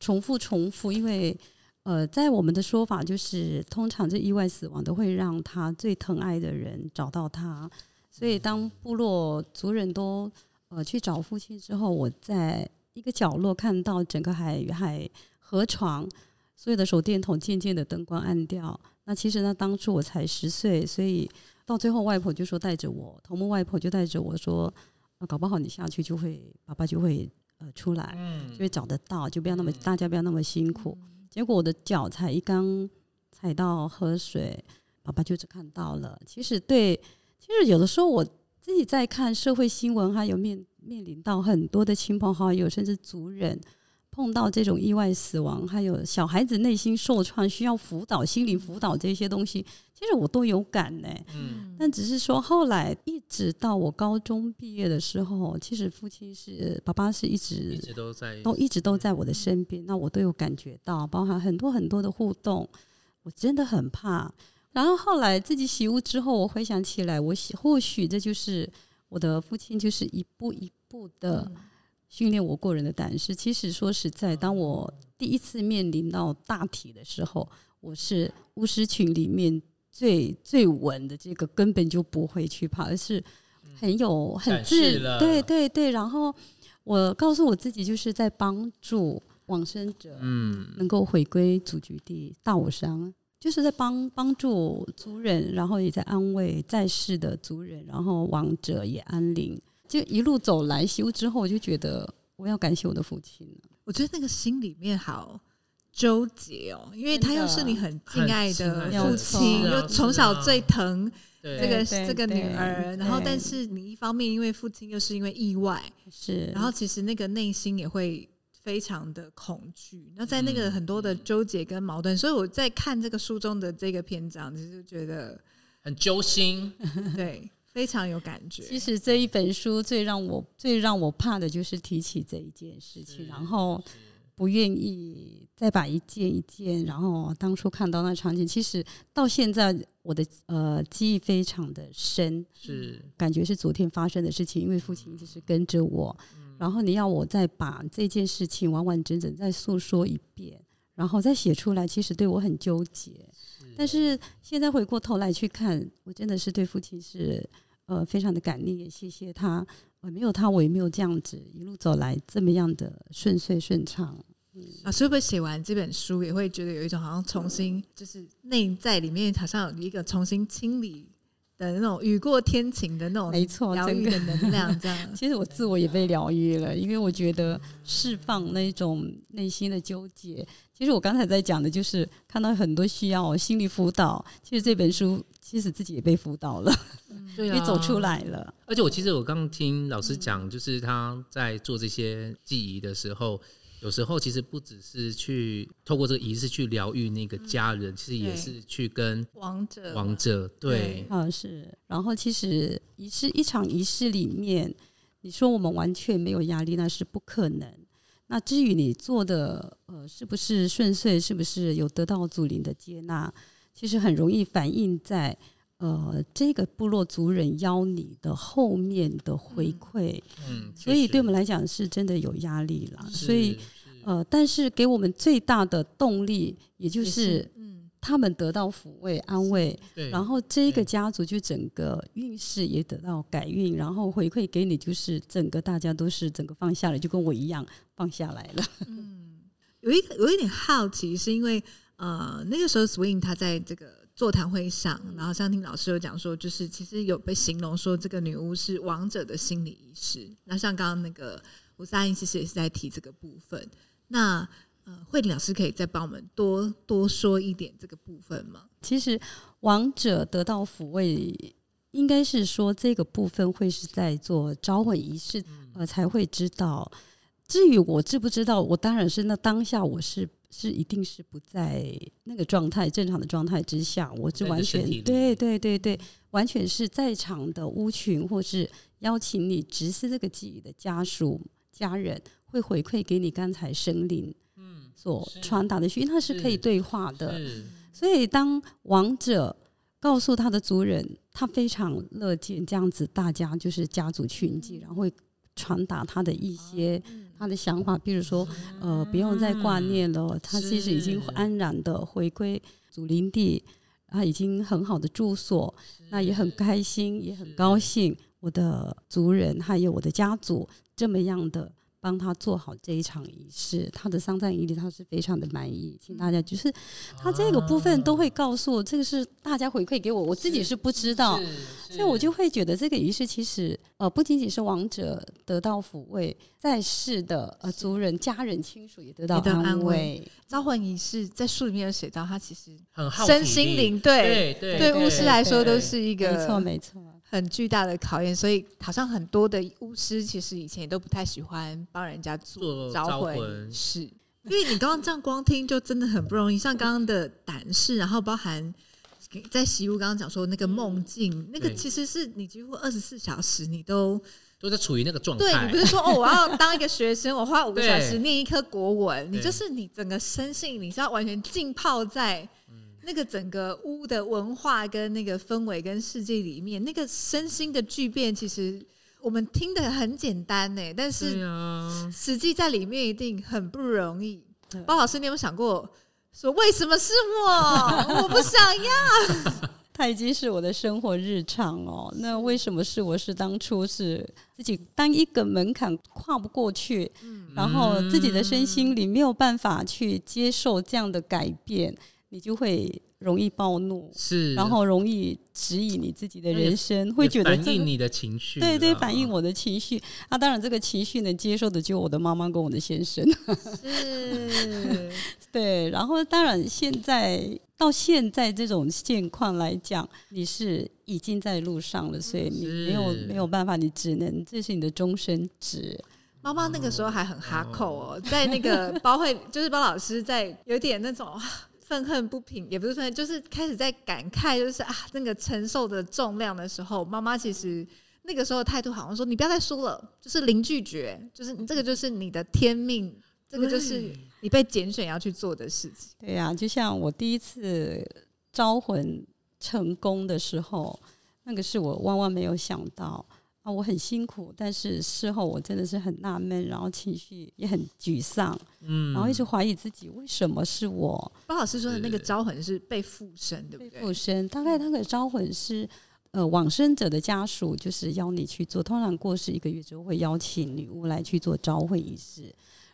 S4: 重复重复，因为呃，在我们的说法就是，通常这意外死亡都会让他最疼爱的人找到他，所以当部落族人都呃去找父亲之后，我在一个角落看到整个海海河床，所有的手电筒渐渐的灯光暗掉。那其实呢，当初我才十岁，所以到最后外婆就说带着我，头目外婆就带着我说，呃，搞不好你下去就会，爸爸就会呃出来，就
S2: 嗯，
S4: 会找得到，就不要那么
S2: 嗯
S4: 大家不要那么辛苦。结果我的脚才一刚踩到河水，爸爸就只看到了。其实对，其实有的时候我自己在看社会新闻，还有面面临到很多的亲朋好友，甚至族人。碰到这种意外死亡，还有小孩子内心受创，需要辅导、心灵辅导这些东西，其实我都有感呢、
S2: 嗯，
S4: 但只是说后来一直到我高中毕业的时候，其实父亲是爸爸是一
S2: 一
S4: 直
S2: 直都在
S4: 都一直都在我的身边，那我都有感觉到，包含很多很多的互动，我真的很怕。然后后来自己习悟之后，我回想起来，我喜或许这就是我的父亲，就是一步一步的
S1: 呃
S4: 训练我过人的胆识。其实说实在，当我第一次面临到大体的时候，我是巫师群里面最最稳的这个，根本就不会去怕，而是很有很
S2: 展
S4: 自
S2: 示了
S4: 对对对。然后我告诉我自己，就是在帮助往生者
S2: 嗯，
S4: 能够回归祖居地大武山，就是在帮帮助族人，然后也在安慰在世的族人，然后亡者也安宁。就一路走来修之后，我就觉得我要感谢我的父亲了。
S1: 我觉得那个心里面好纠结哦，因为他又是你很敬爱的
S2: 很
S4: 敬爱
S1: 父
S4: 的
S1: 亲，
S4: 是啊
S1: 又从小最疼
S2: 对，
S1: 这个
S4: 对
S1: 这个女
S4: 对
S1: 儿，
S4: 对
S1: 然后但是你一方面因为父亲又是因为意外，
S4: 是，
S1: 然后其实那个内心也会非常的恐惧。那在那个很多的纠结跟矛盾，所以我在看这个书中的这个篇章，其实觉得
S2: 很揪心，
S1: 对非常有感觉。
S4: 其实这一本书最让我最让我怕的就是提起这一件事情，然后不愿意再把一件一件，然后当初看到那场景，其实到现在我的呃记忆非常的深，
S2: 是
S4: 感觉是昨天发生的事情，因为父亲一直是跟着我，然后你要我再把这件事情完完整整再诉说一遍，然后再写出来，其实对我很纠结。但是现在回过头来去看，我真的是对父亲是呃非常的感念，也谢谢他，呃没有他我也没有这样子一路走来这么样的顺遂顺畅。
S1: 老啊师会不会写完这本书，也会觉得有一种好像重新，就是内在里面好像有一个重新清理的那种雨过天晴的那种
S4: 没错，
S1: 疗
S4: 真
S1: 愈
S4: 的
S1: 的能量，这
S4: *laughs*
S1: 样。
S4: 其实我自我也被疗愈了，因为我觉得释放那种内心的纠结。其实我刚才在讲的就是看到很多需要心理辅导，其实这本书其实自己也被辅导了，
S2: 对啊
S4: 也走出。来了。嗯
S2: 而且我其实我刚听老师讲，就是他在做这些记忆的时候，有时候其实不只是去透过这个仪式去疗愈那个家
S4: 嗯
S2: 人，其实也
S1: 对
S2: 是去跟
S1: 王者
S2: 王者对
S1: 对
S4: 啊，是。然后其实仪式一场仪式里面，你说我们完全没有压力，那是不可能。那至于你做的呃是不是顺遂，是不是有得到祖灵的接纳，其实很容易反映在呃这个部落族人邀你的后面的回
S1: 嗯
S4: 馈，
S2: 嗯，
S4: 所以对
S2: 确
S4: 我们来讲是真的有压力啦。
S2: 实
S4: 所以
S2: 是
S4: 呃，但是给我们最大的动力，也就
S1: 就是嗯，
S4: 他们得到抚慰、安慰。
S2: 对，
S4: 然后这一
S2: 对
S4: 个家族就整个运势也得到改运，然后回馈给你就是整个大家都是整个放下了，就跟我一样放下来了。 *laughs*
S1: 有一有一点好奇，是因为呃那个时候 Swing 他在这个座谈会上，然后像听老师有讲说，就是其实有被形容说这个女巫是王者的心理医师。那像刚刚那个吴三英其实也是在提这个部分。那呃，慧玲老师可以再帮我们多多说一点这个部分吗？
S4: 其实王者得到抚慰，应该是说这个部分会是在做招魂仪式，
S2: 嗯
S4: 呃，才会知道。至于我知不知道，我当然是那当下我是是一定是不在那个状态正常的状态之下，我是
S2: 在你的
S4: 完
S2: 身
S4: 全
S2: 体里
S4: 对对对对，完全是在场的屋群或是邀请你直视这个记忆的家属家人会回馈给你刚才生灵
S2: 嗯
S4: 所
S2: 是
S4: 传达的讯，息，那是可以
S2: 是
S4: 对话的。
S2: 是
S4: 所以，当王者告诉他的族人，他非常乐见这样子，大家就是家族群聚，然后会传达他的一些他的想法，比如说，呃，不用再挂念了，他其实已经
S2: 是
S4: 安然的回归祖林地，他已经很好的住所，那也很开心，也很高兴，我的族人还有我的家族这么样的。帮他做好这一场仪式，他的丧葬仪礼他是非常的满意，请大家就是他这个部分都会告诉我，这个是大家回馈给我，我自嗯己是不知道，
S2: 嗯
S4: 所以我就会觉得这个仪式其实呃不仅仅是亡者得到抚慰，在世的呃族人、家人、亲属也得到
S1: 也得
S4: 安
S1: 安
S4: 慰。
S1: 召唤仪式在书里面有写到，它其实
S2: 很好
S1: 身
S2: 奇
S1: 心
S2: 力
S1: 灵对
S2: 对对
S1: 巫师来说都
S2: 对
S1: 是一
S4: 没错，
S1: 个
S4: 没错。
S1: 很巨大的考验，所以好像很多的巫师其实以前也都不太喜欢帮人家
S2: 做
S1: 做
S2: 招
S1: 招魂
S2: 魂
S1: 是因为你刚刚这样光听就真的很不容易。像刚刚的胆识，然后包含在习武刚刚讲说那个梦境，那个
S2: 对
S1: 其实是你几乎二十四小时你都
S2: 都在处于那个状
S1: 对
S2: 态，
S1: 你不是说哦，我要当一个学生，我花五个
S2: 对
S1: 小时念一科国文，你
S2: 对
S1: 就是你整个身性你是要完全浸泡在。
S2: 嗯
S1: 那个整个屋的文化跟那个氛围跟世界里面，那个身心的巨变，其实我们听的很简单呢，但是
S2: 对啊，
S1: 实际在里面一定很不容易
S4: 对。
S1: 包老师，你有没有想过说为什么是我？我不想要。
S4: 它已经是我的生活日常哦。那为什么是我是当初是自己当一个门槛跨不过去，
S2: 嗯
S4: 然后自己的身心里没有办法去接受这样的改变，你就会容易暴怒，
S2: 是，
S4: 然后容易质疑你自己的
S2: 那也
S4: 人生，
S2: 也
S4: 会觉得
S2: 反
S4: 这
S2: 映
S4: 个。
S2: 你的情绪啦，
S4: 对对，反映我的情绪。那、当然，这个情绪能接受的就我的妈妈跟我的先生。
S1: 是，
S4: 对，然后当然现在到现在这种现况来讲，你是已经在路上了，所以你没有
S2: 嗯是
S4: 没有办法，你只能这是你的终身职。
S1: 妈妈那个时候还很哈扣哦，在那
S4: *laughs*
S1: 个包会，就是包老师在有点那种 *sighs* 啊愤恨不平，也不是愤恨，就是开始在感慨，就是啊那个承受的重量的时候，妈妈其实。那个时候态度好像说你不要再说了，就是零拒绝，就是这个就是你的天命，这个就是你被拣选要去做的事情。
S4: 对呀、就像我第一次招魂成功的时候，那个是我万万没有想到啊！我很辛苦，但是事后我真的是很纳闷，然后情绪也很沮丧，
S2: 嗯，
S4: 然后一直怀疑自己为什么是我
S1: 包老师说的那个
S2: 是
S1: 招魂是被附身，对不
S4: 被
S1: 对？
S4: 附身。大
S2: 嗯
S4: 概那个招魂是。呃，往生者的家属就是邀你去做，通常过世一个月之后会邀请女巫来去做招魂仪式，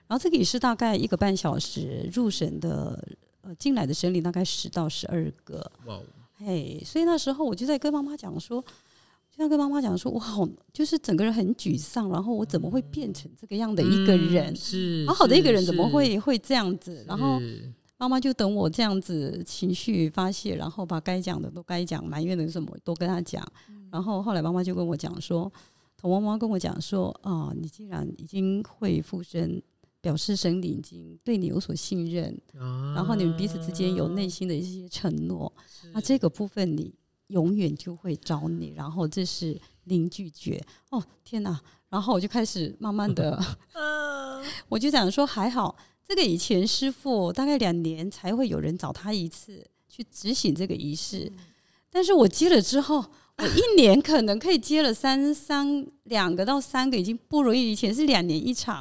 S4: 然后这个仪式大概一个半小时，入神的呃进来的神灵大概十到十二个，
S2: 哇哦，
S4: 嘿，所以那时候我就在跟妈妈讲说，就在跟妈妈讲说，我好就是整个人很沮丧，然后我怎么会变成这个样的一个
S2: 嗯
S4: 人？
S2: 是
S4: 好好的一个
S2: 是
S4: 人怎么
S2: 是
S4: 会会这样子？然后
S2: 是
S4: 妈妈就等我这样子情绪发泄，然后把该讲的都该讲，埋怨的什么都跟她讲。然后后来妈妈就跟我讲说，童妈妈跟我讲说，啊，你既然已经会附身，表示神灵已经对你有所信任，
S2: 啊
S4: 然后你们彼此之间有内心的一些承诺，那这个部分你永远就会找你，然后这是零拒绝。哦，天哪！然后我就开始慢慢的，我就想说还好，这个以前师傅大概两年才会有人找他一次去执行这个仪式，但是我接了之后。我一年可能可以接了三三两个到三个，已经不容易。以前是两年一场，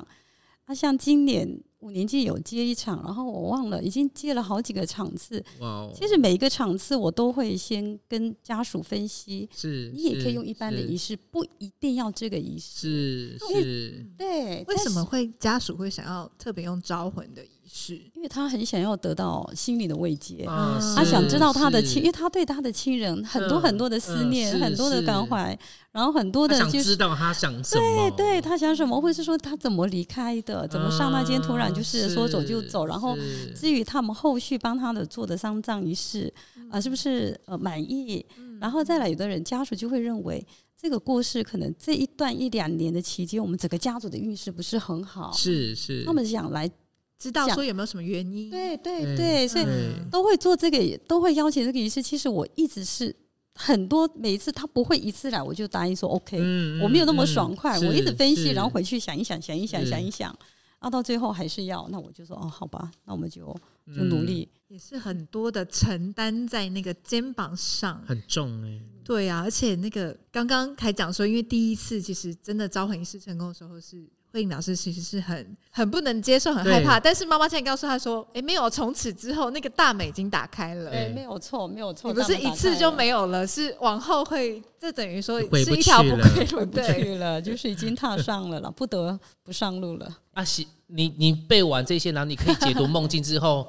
S4: 啊，像今年五年级有接一场，然后我忘了，已经接了好几个场次。
S2: 哇哦，
S4: 其实每一个场次我都会先跟家属分析，
S2: 是
S4: 你也可以用一般的仪
S2: 式，
S4: 式，不一定要这个仪式。
S2: 是是
S4: 对，
S1: 为
S4: 但
S1: 什
S4: 是
S1: 么？会家属会想要特别用招魂的仪式？
S4: 因为他很想要得到心灵的慰藉，
S2: 啊
S1: 他
S4: 他想知道他的亲，因
S2: 亲，
S4: 为他对他的亲人很
S2: 嗯
S4: 多很多的思
S2: 嗯
S4: 念，
S2: 是
S4: 很多的
S2: 是
S4: 感怀，然后很多
S2: 他
S4: 的
S2: 想
S4: 就
S2: 知
S4: 是。
S2: 道他想什么，
S4: 对他想什么，或者是说他怎么离开的，怎么刹那间突然
S2: 嗯
S4: 就是说走就走，然后至于他们后续帮他的做的丧葬仪式，
S2: 嗯
S4: 啊、是不是呃满意？然后再来，有的人家属就会认为这个故事可能这一段一两年的期间，我们整个家族的运势不是很好，
S2: 是是
S4: 他们想来，
S1: 知道说有没有什么原因？，
S4: 对对
S2: 嗯
S4: 对，所以
S2: 对
S4: 都会做这个，都会邀请这个仪式。其实我一直是很多每一次他不会一次来我就答应说 OK，、
S2: 嗯
S4: 我没有那么爽快，我一直分析，然后
S2: 回
S4: 回去想一想，想一想，
S2: 是
S4: 想一想，啊，到最后还是要，那我就说哦，好吧，那我们就就
S2: 嗯
S4: 努力。
S1: 也是很多的承担在那个肩膀上。
S2: 很重哎、
S1: 对啊，而且那个刚刚还讲说，因为第一次其实真的招魂仪式成功的时候是。慧颖老师其实是很很不能接受，很害怕。但是妈妈现在告诉他说：“哎，没有，从此之后那个大美已经打开了。”
S2: 对
S4: 对，没有错，没有错。
S1: 你不是
S4: 大门
S1: 一
S4: 打
S1: 次
S4: 开
S1: 就
S4: 了
S1: 没有了，是往后会，这等于说
S2: 回
S1: 是
S2: 不
S1: 一条
S2: 去
S1: 不
S2: 了
S1: 归路，
S4: 回不
S1: 对，
S4: 去了，就是已经踏上了了，不得不上路了。
S2: 阿喜，啊你你背完这些，然后你可以解读梦境之
S4: *laughs*
S2: 后，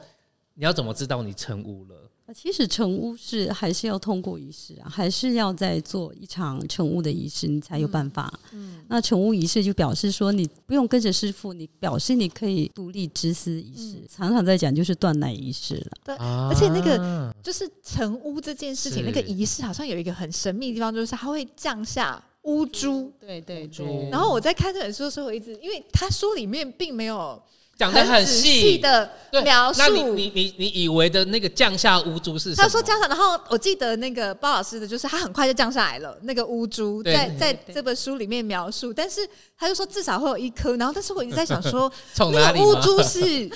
S2: 你要怎么知道你成巫了？
S4: 其实成屋是还是要通过仪式啊，还是要再做一场成屋的仪式，你才有办法。嗯，那成屋仪式就表示说，你不用跟着师傅，你表示你可以独立执司仪式。常常在讲就是断奶仪式了。
S2: 而
S1: 而且那个就是成屋这件事情，
S2: 是
S1: 那个仪式好像有一个很神秘的地方，就是它会降下乌珠。
S4: 对对
S2: 对
S1: 然后我在看这本书的时候，我一直因为它书里面并没有
S2: 讲的很
S1: 仔细
S2: 细
S1: 的
S2: 对
S1: 描
S2: 那你
S1: 述。
S2: 你你你以为的那个降下巫珠是什么？
S1: 他说降下，然后我记得那个包老师的就是他很快就降下来了，那个乌珠
S2: 对
S1: 在
S2: 对
S1: 在
S4: 对
S1: 这本书里面描述，但是他就说至少会有一颗，然后但是我一直在想说，
S2: 从哪
S1: 那
S2: 里
S1: 个乌
S2: 吗
S1: 珠是，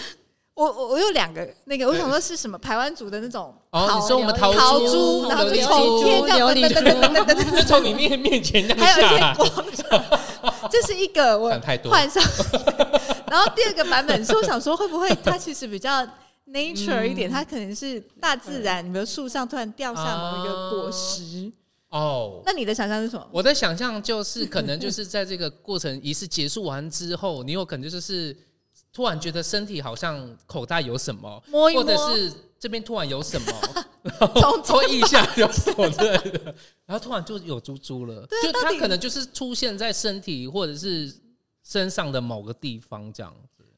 S1: 我我我有两个那个，我想说是什么台湾族的那种
S2: 哦
S1: 陶
S2: 你说我们哦
S1: 陶
S2: 陶
S1: 珠，
S2: 珠
S1: 然后就
S2: 琉璃
S1: 从
S2: 珠
S1: 天这样
S4: 琉璃
S1: 噔噔噔噔噔噔噔
S2: *laughs* 就从你面面前降
S1: 噔，还有一
S2: 下
S1: 些
S2: 来。
S1: 光，这是一个我
S2: *laughs* 想太多
S1: 换上，然后第二个版本是我想说会不会它其实比
S2: *laughs*
S1: 较 nature 一点，
S2: 嗯
S1: 它可能是大自然，比如树上突然掉下某一个果
S2: 嗯
S1: 实，
S2: 哦，
S1: 那你的想象是什么？
S2: 我的想象就是可能就是在这个过程仪式结束完之后，你有可能就是突然觉得身体好像口袋有什么，
S1: 摸一摸
S2: 或者是这边突然有什 *laughs* 么，
S1: 从
S2: 抽一下有什么之类的， *laughs* 然后突然就有猪猪了，
S1: 对啊
S2: 就
S1: 到
S2: 它
S1: 底
S2: 可能就是出现在身体或者是身上的某个地方这样。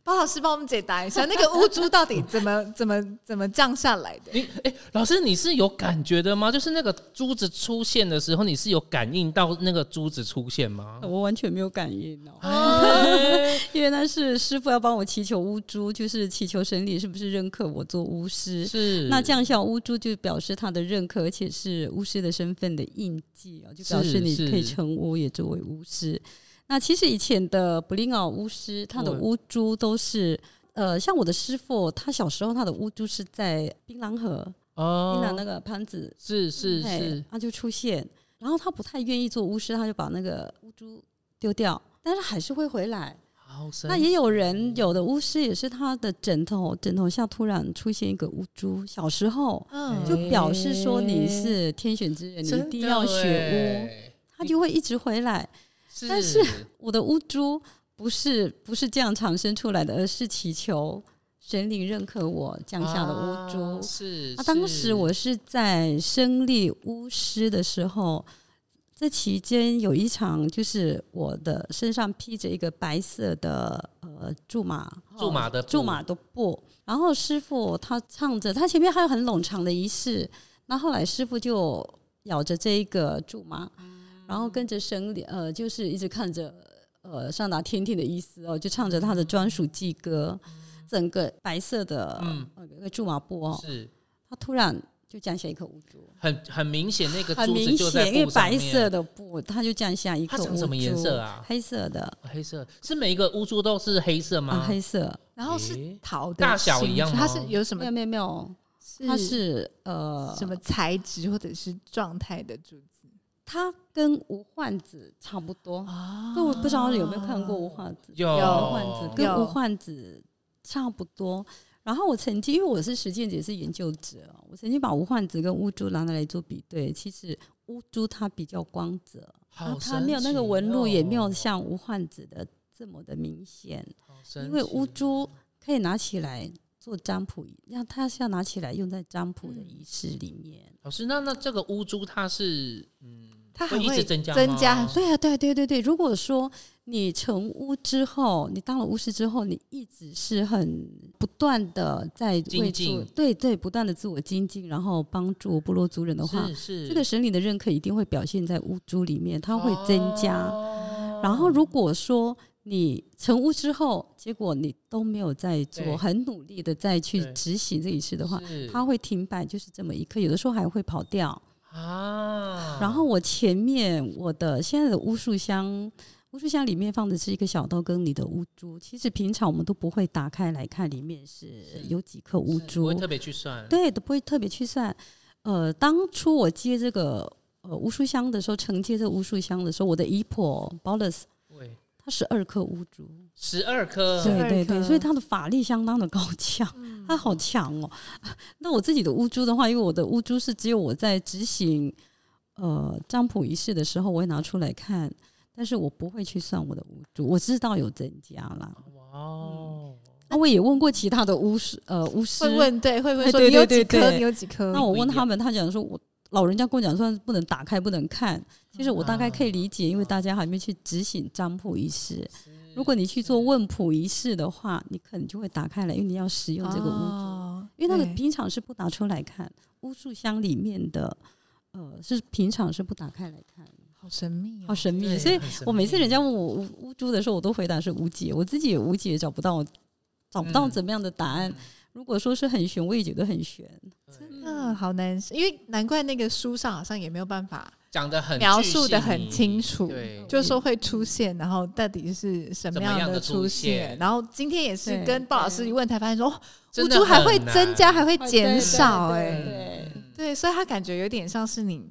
S1: 包老师帮我们解答一下，那个乌珠到底怎
S2: *laughs*
S1: 么怎么怎么降下来的？
S2: 你哎、老师你是有感觉的吗？就是那个珠子出现的时候，你是有感应到那个珠子出现吗？
S4: 我完全没有感应哦，
S2: 哎
S4: *laughs* 因为那是师傅要帮我祈求巫珠，就是祈求神灵是不是认可我做巫师。
S2: 是
S4: 那降下巫珠就表示他的认可，而且是巫师的身份的印记哦，就表示你
S2: 是
S4: 可以
S2: 是
S4: 成巫，也作为巫师。那其实以前的布林奥巫师，他的
S2: 嗯
S4: 巫珠都是。呃，像我的师傅，他小时候他的巫珠是在槟榔河，槟榔
S2: 哦，
S4: 那个潘子，
S2: 是是
S4: 哎
S2: 是，
S4: 他就出现，然后他不太愿意做巫师，他就把那个巫珠丢掉，但是还是会回来。
S2: 好神
S4: 那也有人有的巫师也是他的枕头枕头下突然出现一个巫珠，小时候
S1: 嗯，
S4: 就表示说你是天选之人，你一定要学巫，
S2: 巫，
S4: 他就会一直回来。
S2: 是
S4: 但是我的巫珠不是不是这样产生出来的，而是祈求神灵认可我降下的巫珠。
S2: 啊是
S4: 啊，当时
S2: 是
S4: 我是在升立巫师的时候，这期间有一场，就是我的身上披着一个白色的呃驻马
S2: 驻马的
S4: 驻
S2: 布
S4: 马哦的布，然后师傅他唱着，他前面还有很冗长的仪式，那后来师傅就咬着这一个驻马，然后跟着神灵呃，就是一直看着呃上达天庭的意思哦，就唱着他的专属祭歌，整个白色的
S2: 嗯
S4: 呃有一个苎麻布哦，
S2: 是
S4: 他突然就降下一颗乌珠，
S2: 很很明显，那个
S4: 很
S2: 珠子
S4: 明
S2: 就在
S4: 显，因
S2: 布
S4: 为
S2: 上
S4: 白
S2: 面。
S4: 色的布，它就降下一颗
S2: 它
S4: 乌
S2: 长
S4: 珠，
S2: 什么颜色啊
S4: 黑色的
S2: 黑色是每一个乌珠都是黑色吗？
S4: 啊，黑色。
S1: 然后是
S2: 诶
S1: 陶的
S2: 大小一样
S1: 形
S2: 吗
S1: 它是有什么
S4: 没有？没有没有，它是啊呃
S1: 什么材质或者是状态的珠子
S4: 它跟无患子差不多。
S1: 啊
S4: 那我不知道有没有看过无患子，
S2: 有
S4: 无患子跟
S1: 有
S4: 无患子差不多。然后我曾经，因为我是实践者，也是研究者，我曾经把无患子跟乌珠拿来做比对。其实乌珠它比较光泽，
S2: 好
S4: 啊它没有那
S2: 神奇
S4: 个
S2: 哦
S4: 纹路，也没有像无患子的这么的明显。
S2: 好神
S4: 因为乌
S2: 奇
S4: 珠可以拿起来做占卜，让它是要拿起来用在占卜的仪式里面。
S2: 老师，那那这个乌珠它是
S1: 它
S2: 会
S1: 很
S2: 一直
S1: 会
S2: 增加吗
S1: 增加，
S4: 对啊，对啊对对对。如果说你成巫之后，你当了巫师之后，你一直是很不断的在为
S2: 精进
S4: 自对对不断的自我精进，然后帮助部落族人的话，
S2: 是是
S4: 这个神灵的认可一定会表现在巫珠里面，它会增加。
S2: 哦
S4: 然后如果说你成屋之后，结果你都没有在
S2: 对
S4: 做，很努力的再去
S2: 对
S4: 执行这一事的话，
S2: 是
S4: 它会停摆，就是这么一刻，有的时候还会跑掉。
S2: 啊，
S4: 然后我前面我的现在的巫术箱，巫术箱里面放的是一个小刀跟你的乌珠，其实平常我们都不会打开来看里面是
S2: 是
S4: 有几颗
S2: 是
S4: 乌
S2: 不
S4: 珠
S2: 会，特别去算，
S4: 对，都不会特别去算。呃，当初我接这个呃巫术箱的时候，承接这个巫术箱的时候，我的姨婆 b o l u s
S2: 对，
S4: 她十二颗乌珠，
S2: 十二颗
S1: 是
S4: 对对对，
S1: 12
S4: 所以他的法力相当的高强，
S1: 嗯
S4: *laughs* 他好强哦。那我自己的乌珠的话，因为我的乌珠是只有我在执行呃占卜仪式的时候，我会拿出来看，但是我不会去算我的乌珠，我知道有增加啦。
S2: 哇哦，
S4: 那我也问过其他的巫师，呃，巫师
S1: 会，问对会问
S4: 哎
S1: 说
S4: 对
S1: 你有
S4: 对
S1: 几
S4: 对
S1: 颗，
S4: 对
S1: 你有几颗？
S4: 那我问
S2: 不一
S4: 他们，他讲说我老人家跟我讲说不能打开，不能看。其实我大概可以理解，因为大家还没去执行占卜仪式。如果你去做问卜仪式的话，你可能就会打开来，因为你要使用这个乌珠。
S1: 哦
S4: 因为那个
S1: 对
S4: 平常是不拿出来看，巫术箱里面的，呃，是平常是不打开来看，
S1: 好神秘
S4: 好
S1: 哦，
S4: 神秘。
S2: 对
S4: 嗯所以
S2: 很神
S4: 我每次
S2: 秘啊
S4: 人家问我巫巫珠的时候，我都回答是无解，我自己也无解，找不到找不到
S2: 嗯
S4: 怎么样的答案。如果说是很玄，我也觉得很玄。
S1: 真的嗯好难，因为难怪那个书上好像也没有办法
S2: 讲的很
S1: 描
S2: 具
S1: 述的
S2: 细
S1: 很
S2: 腻
S1: 清楚
S2: 对，
S1: 就是说会出现，然后到底是什么
S2: 怎么样的
S1: 的
S2: 出
S1: 出
S2: 现
S1: 现？然后今天也是
S4: 对哦
S1: 跟鲍老师一问，才发现说，哦，
S2: 真
S1: 乌
S2: 的
S1: 珠还会
S2: 很难
S1: 增加，还会减少，
S4: 对
S1: 哎
S4: 对，对
S2: 嗯
S1: 对，所以他感觉有点像是你。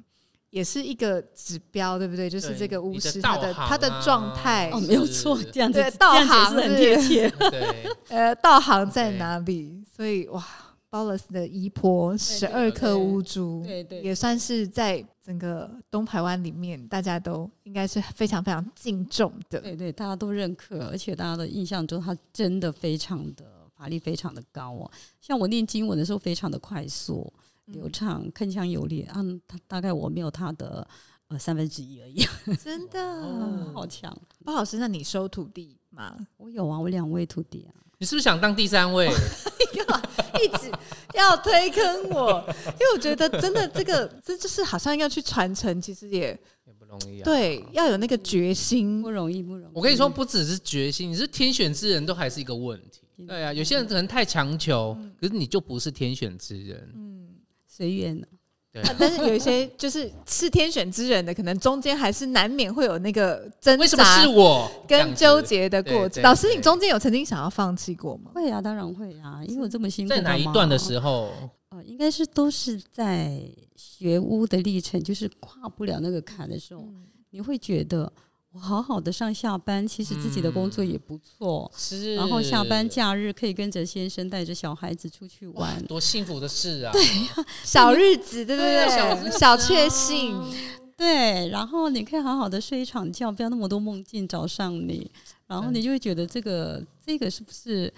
S1: 也是一个指标，对不对？就是
S2: 对
S1: 这个巫
S2: 你的
S1: 师
S2: 道
S1: 他的
S2: 行
S1: 他的
S2: 啊
S1: 状态
S4: 哦，
S2: 是，
S4: 没有错，这样子
S1: 对
S4: 这
S1: 道
S4: 样解
S1: 行
S4: 释很
S1: 是
S4: 贴切。
S2: 对，
S1: 呃，道行在
S2: 对
S1: 哪里？所以哇，鲍勒斯的衣钵十
S4: 对
S1: 二
S4: 对
S1: 颗乌珠，
S4: *laughs* 对对
S1: 也算是在整个东台湾里面，大家都应该是非常非常敬重的。
S4: 对对，大家都认可，而且大家的印象中，他真的非常的法力非常的高哦。像我念经文的时候，非常的快速、流畅、铿锵有力。嗯，他大概我没有他的呃三分之一而已，
S1: 真的，
S2: 哦
S4: *laughs* 好强。
S1: 包老师，那你收徒弟吗？ *laughs*
S4: 我有啊，我两位徒弟啊，
S2: 你是不是想当第三
S4: *laughs*
S2: 位？
S1: 一直要推坑我，因为我觉得真的这个，这就是好像要去传承，其实也
S2: 也不容易啊。，
S1: 对，要有那个决心
S4: 不。容易，不容易。
S2: 我跟你说，，
S1: 嗯
S2: 不只是决心，你是天选之人都还是一个问题。
S1: 嗯
S2: 对啊，有些人可能太强求，可是你就不是天选之人。
S1: 嗯，
S4: 随缘啊。
S2: 对啊
S1: 啊，但是有一些就是是天选之人的，可能中间还是难免会有那个挣扎。
S2: 为什么是我？这样
S1: 跟
S2: 子
S1: 纠，结的
S2: 对
S1: 过程。
S2: 对
S1: 老师，
S2: 对
S1: 你中间有曾经想要放弃过吗？
S4: 会啊，当然会啊，因为我这么辛苦。
S2: 在哪一段的
S4: 候？
S2: 时候？
S4: 呃，应该是都是在学巫的历程，就是跨不了那个坎的时候，你会觉得我好好的上下班，其实自己的工作也不错，
S2: 嗯是，
S4: 然后下班假日可以跟着先生带着小孩子出去
S2: 哇
S4: 玩，
S2: 多幸福的事啊！对，
S1: 小日子，对不
S2: 对小日
S1: 对？
S2: 子啊
S1: 小确幸，
S4: 对，然后你可以好好的睡一场觉，不要那么多梦境找上你，然
S2: 嗯
S4: 后你就会觉得这个这个是不是？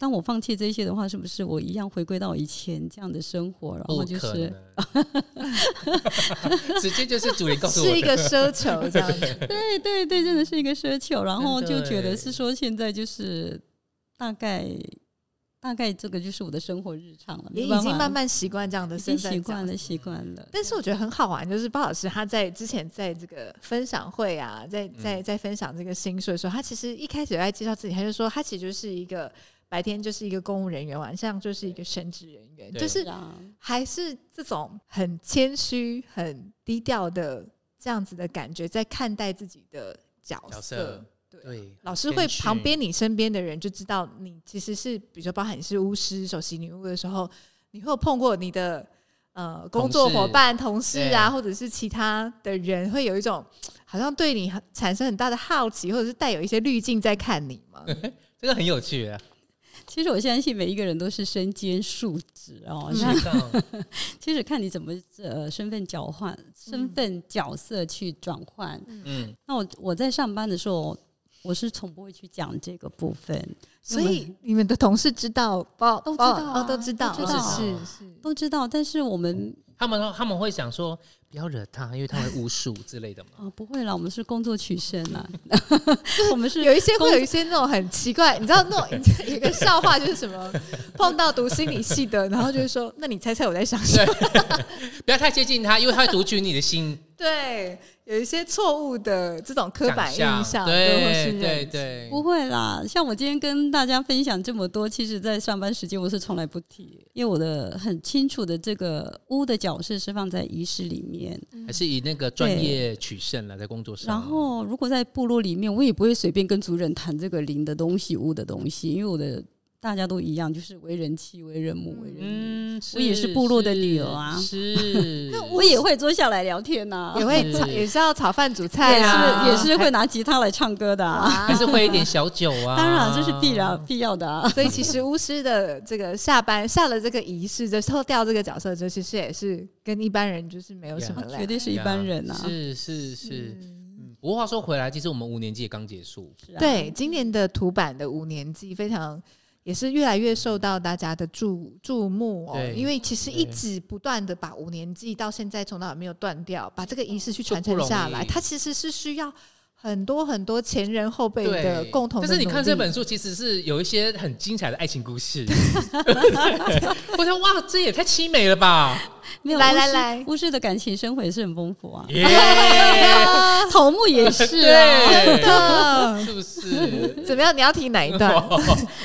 S4: 当我放弃这些的话，是不是我一样回归到以前这样的生活？然
S2: 不
S4: 后就
S2: 可
S4: 是
S2: 能， *laughs* 直接就是主人告诉我
S1: 是一
S2: 的。
S1: 个奢求，这样子。
S4: 对对对，真的是一个奢求，然后
S2: 真的
S4: 就觉
S2: 欸
S4: 得是说现在就是大概大概这个就是我的生活日常了，
S1: 也
S4: 没
S1: 已
S4: 办
S1: 经
S4: 法
S1: 慢慢习惯这样的
S4: 已
S1: 身
S4: 经
S1: 份
S4: 习
S1: 角
S4: 惯
S1: 色
S4: 了，习惯了。
S1: 但是我觉得很好玩，就是包老师他在之前在这个分享会啊，在
S2: 嗯
S1: 在在分享这个新书的时候，他其实一开始在介绍自己，他就说他其实就是一个白天就是一个公务人员，晚上就是一个神职人员，
S2: 对
S1: 就是
S4: 是啊，
S1: 还是这种很谦虚、很低调的这样子的感觉，在看待自己的角色。
S2: 角色
S1: 对
S2: 对，
S1: 老师会
S2: 谦虚
S1: 旁边你身边的人就知道你其实是，比如说包含你是巫师、首席女巫的时候，你会有碰过你的呃工作伙伴、同事啊，
S2: 对
S1: 或者是其他的人，会有一种好像对你很产生很大的好奇，或者是带有一些滤镜在看你吗？
S2: 这个很有
S1: *laughs*
S2: 趣啊，
S4: 其实我相信每一个人都是身兼数职哦，那
S2: 知道
S4: 其实看你怎么呃身份交换、身份角色去转换。
S2: 嗯，
S4: 那我我在上班的时候，我是从不会去讲这个部分，
S1: 所以你们的同事知道包
S4: 都知
S1: 包
S4: 道啊
S1: 哦，都知道，
S4: 都知道啊
S1: 是是是。
S4: 都知道。但是我们
S2: 他们说他们会想说不要惹他，因为他会巫术之类的嘛。
S4: 啊、不会啦，我们是工作取胜啦， *laughs* 我们是
S1: 有一些会
S4: 工
S1: 有一些那种很奇怪，你知道那种 *laughs* 有一个笑话就是什么，碰到读心理系的，然后就会说，那你猜猜我在想什么？
S2: 不要太接近他，因为他会读取你的
S4: *laughs*
S2: 心
S1: 对，有一些错误的这种刻板
S2: 想
S1: 印象，
S2: 象。
S1: 对或是
S2: 对
S1: 认
S2: 对
S1: 知
S2: 对，
S4: 不会啦，像我今天跟大家分享这么多，其实，在上班时间我是从来不提，因为我的很清楚的这个屋的角色是放在仪式里面。
S2: 还是以那个专业取胜了，在工作
S1: 嗯
S2: 上。
S4: 然后，如果在部落里面，我也不会随便跟族人谈这个灵的东西、屋的东西，因为我的大家都一样，就是为人妻、为人母、为人女。
S2: 嗯，
S4: 我也是部落的女儿啊
S2: 是。那
S4: *laughs* 我也会坐下来聊天呐、
S1: 也会炒，
S2: 是
S1: 也是要炒饭煮菜啊， *laughs*
S4: 也是也是会拿吉他来唱歌的、啊，
S2: 还是会一点小酒啊。
S4: 当然这是必然。必要的、啊。
S1: 所以其实巫师的这个下班下了这个仪式，就脱掉这个角色之后，其实也是跟一般人就是没有什么两
S4: 绝对是一般人呐、啊。
S2: 是是是。嗯，不过话说回来，其实我们五年级也刚结束，
S4: 是啊，
S1: 对，今年的土版的五年级非常也是越来越受到大家的注注目哦，
S2: 对
S1: 因为其实
S2: 对
S1: 一直不断的把五年级到现在从来没有断掉，把这个仪式去
S2: 就
S1: 传
S2: 不
S1: 承
S2: 容
S1: 下来，
S2: 易
S1: 它其实是需要很多很多前人后辈
S2: 对
S1: 的共同的
S2: 但是你看
S1: 努
S2: 这
S1: 力 *laughs*
S2: 本书，其实是有一些很精彩的爱情故
S4: *laughs*
S2: 事。我想，哇，这也太凄美了吧！
S4: 没有
S1: 来
S4: 巫
S1: 来
S4: 师
S1: 来
S4: 巫师的感情生活也是很丰
S1: *laughs*
S4: 富啊，
S2: 耶，
S4: 头目也是啊，
S2: 对，
S1: 的
S2: 是不是？
S1: 怎么样？你要提哪一
S2: *laughs*
S1: 段？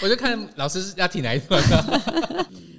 S2: 我就看老师要挺哪一段。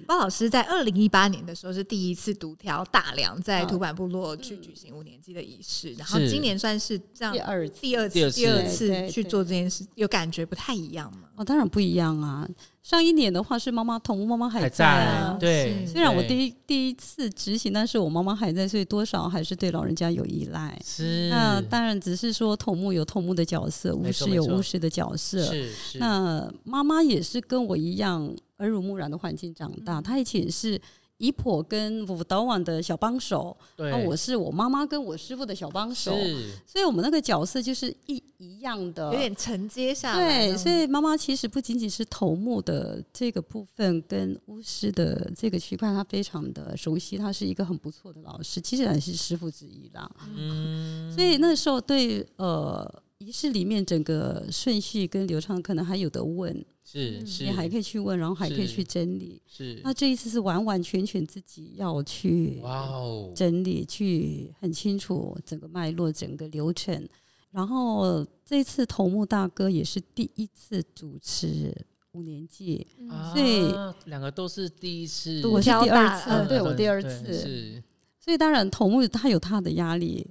S1: 包老师在二零一八年的时候是第一次独挑大梁在土坂部落去举行五年级的仪式，然后
S2: 嗯是
S1: 今年算是这样
S4: *laughs* 第二次
S1: 第二
S2: 第
S1: 次
S2: 二次
S1: 第二
S4: 对
S1: 次
S4: 对
S1: 去做这件事，有感觉不太一样吗？
S4: 哦，当然不一样啊。上一年的话是妈妈同屋妈妈还在
S1: 还
S4: 啊
S1: 在，
S2: 对。
S1: 是
S4: 虽然我
S2: 一
S4: 第一第一次执行，但是我妈妈还在，所以多少还是对老人家有依赖。
S2: 是
S4: 那当然只是说头目有头目的角色，
S2: 没
S4: 巫
S2: 错
S4: 师有
S2: 没错
S4: 巫师的角色。
S2: 是是
S4: 那妈妈也是跟我一样耳濡目染的环境长
S2: 嗯
S4: 大，她以前是姨婆跟舞蹈网的小帮手，
S2: 对
S4: 那我是我妈妈跟我师傅的小帮手。
S2: 是
S4: 所以我们那个角色就是一一样
S2: 呃
S4: 的，
S1: 有点承接下来那
S4: 对。
S1: 种，
S4: 所
S2: 哦
S4: 以妈妈其实不仅仅是头目的这个部分跟巫师的这个区块，她非常的熟悉，她是一个很不错的老师，其实也是师傅之一啦。
S2: 嗯
S4: *laughs* 所以那时候对呃。仪式里面整个顺序跟流畅，可能还有的问，
S2: 是是
S4: 你还可以去问，然后还可以
S2: 是
S4: 去整理。
S2: 是
S4: 那这一次是完完全全自己要去
S2: 哇哦
S4: 整理，去很清楚整个脉络、整个流程。然后这次头目大哥也是第一次主持五年级，
S2: 啊
S4: 所以
S2: 两个都是第一次
S4: 我是第二
S1: 挑
S4: 次，
S1: 大
S4: 呃对我第二
S2: 对
S4: 次，
S2: 是
S4: 所以当然头目他有他的压力，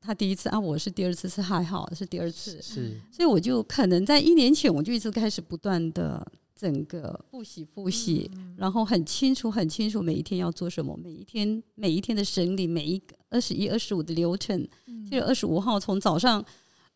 S4: 他第一次啊，我是第二次是还好是第二次，
S2: 是
S4: 所以我就可能在一年前我就一直开始不断的整个复习复习，
S1: 嗯
S4: 然后很清楚很清楚每一天要做什么，每一天每一天的整理，每一个二十一、二十五的流程，
S1: 嗯
S4: 就是二十五号从早上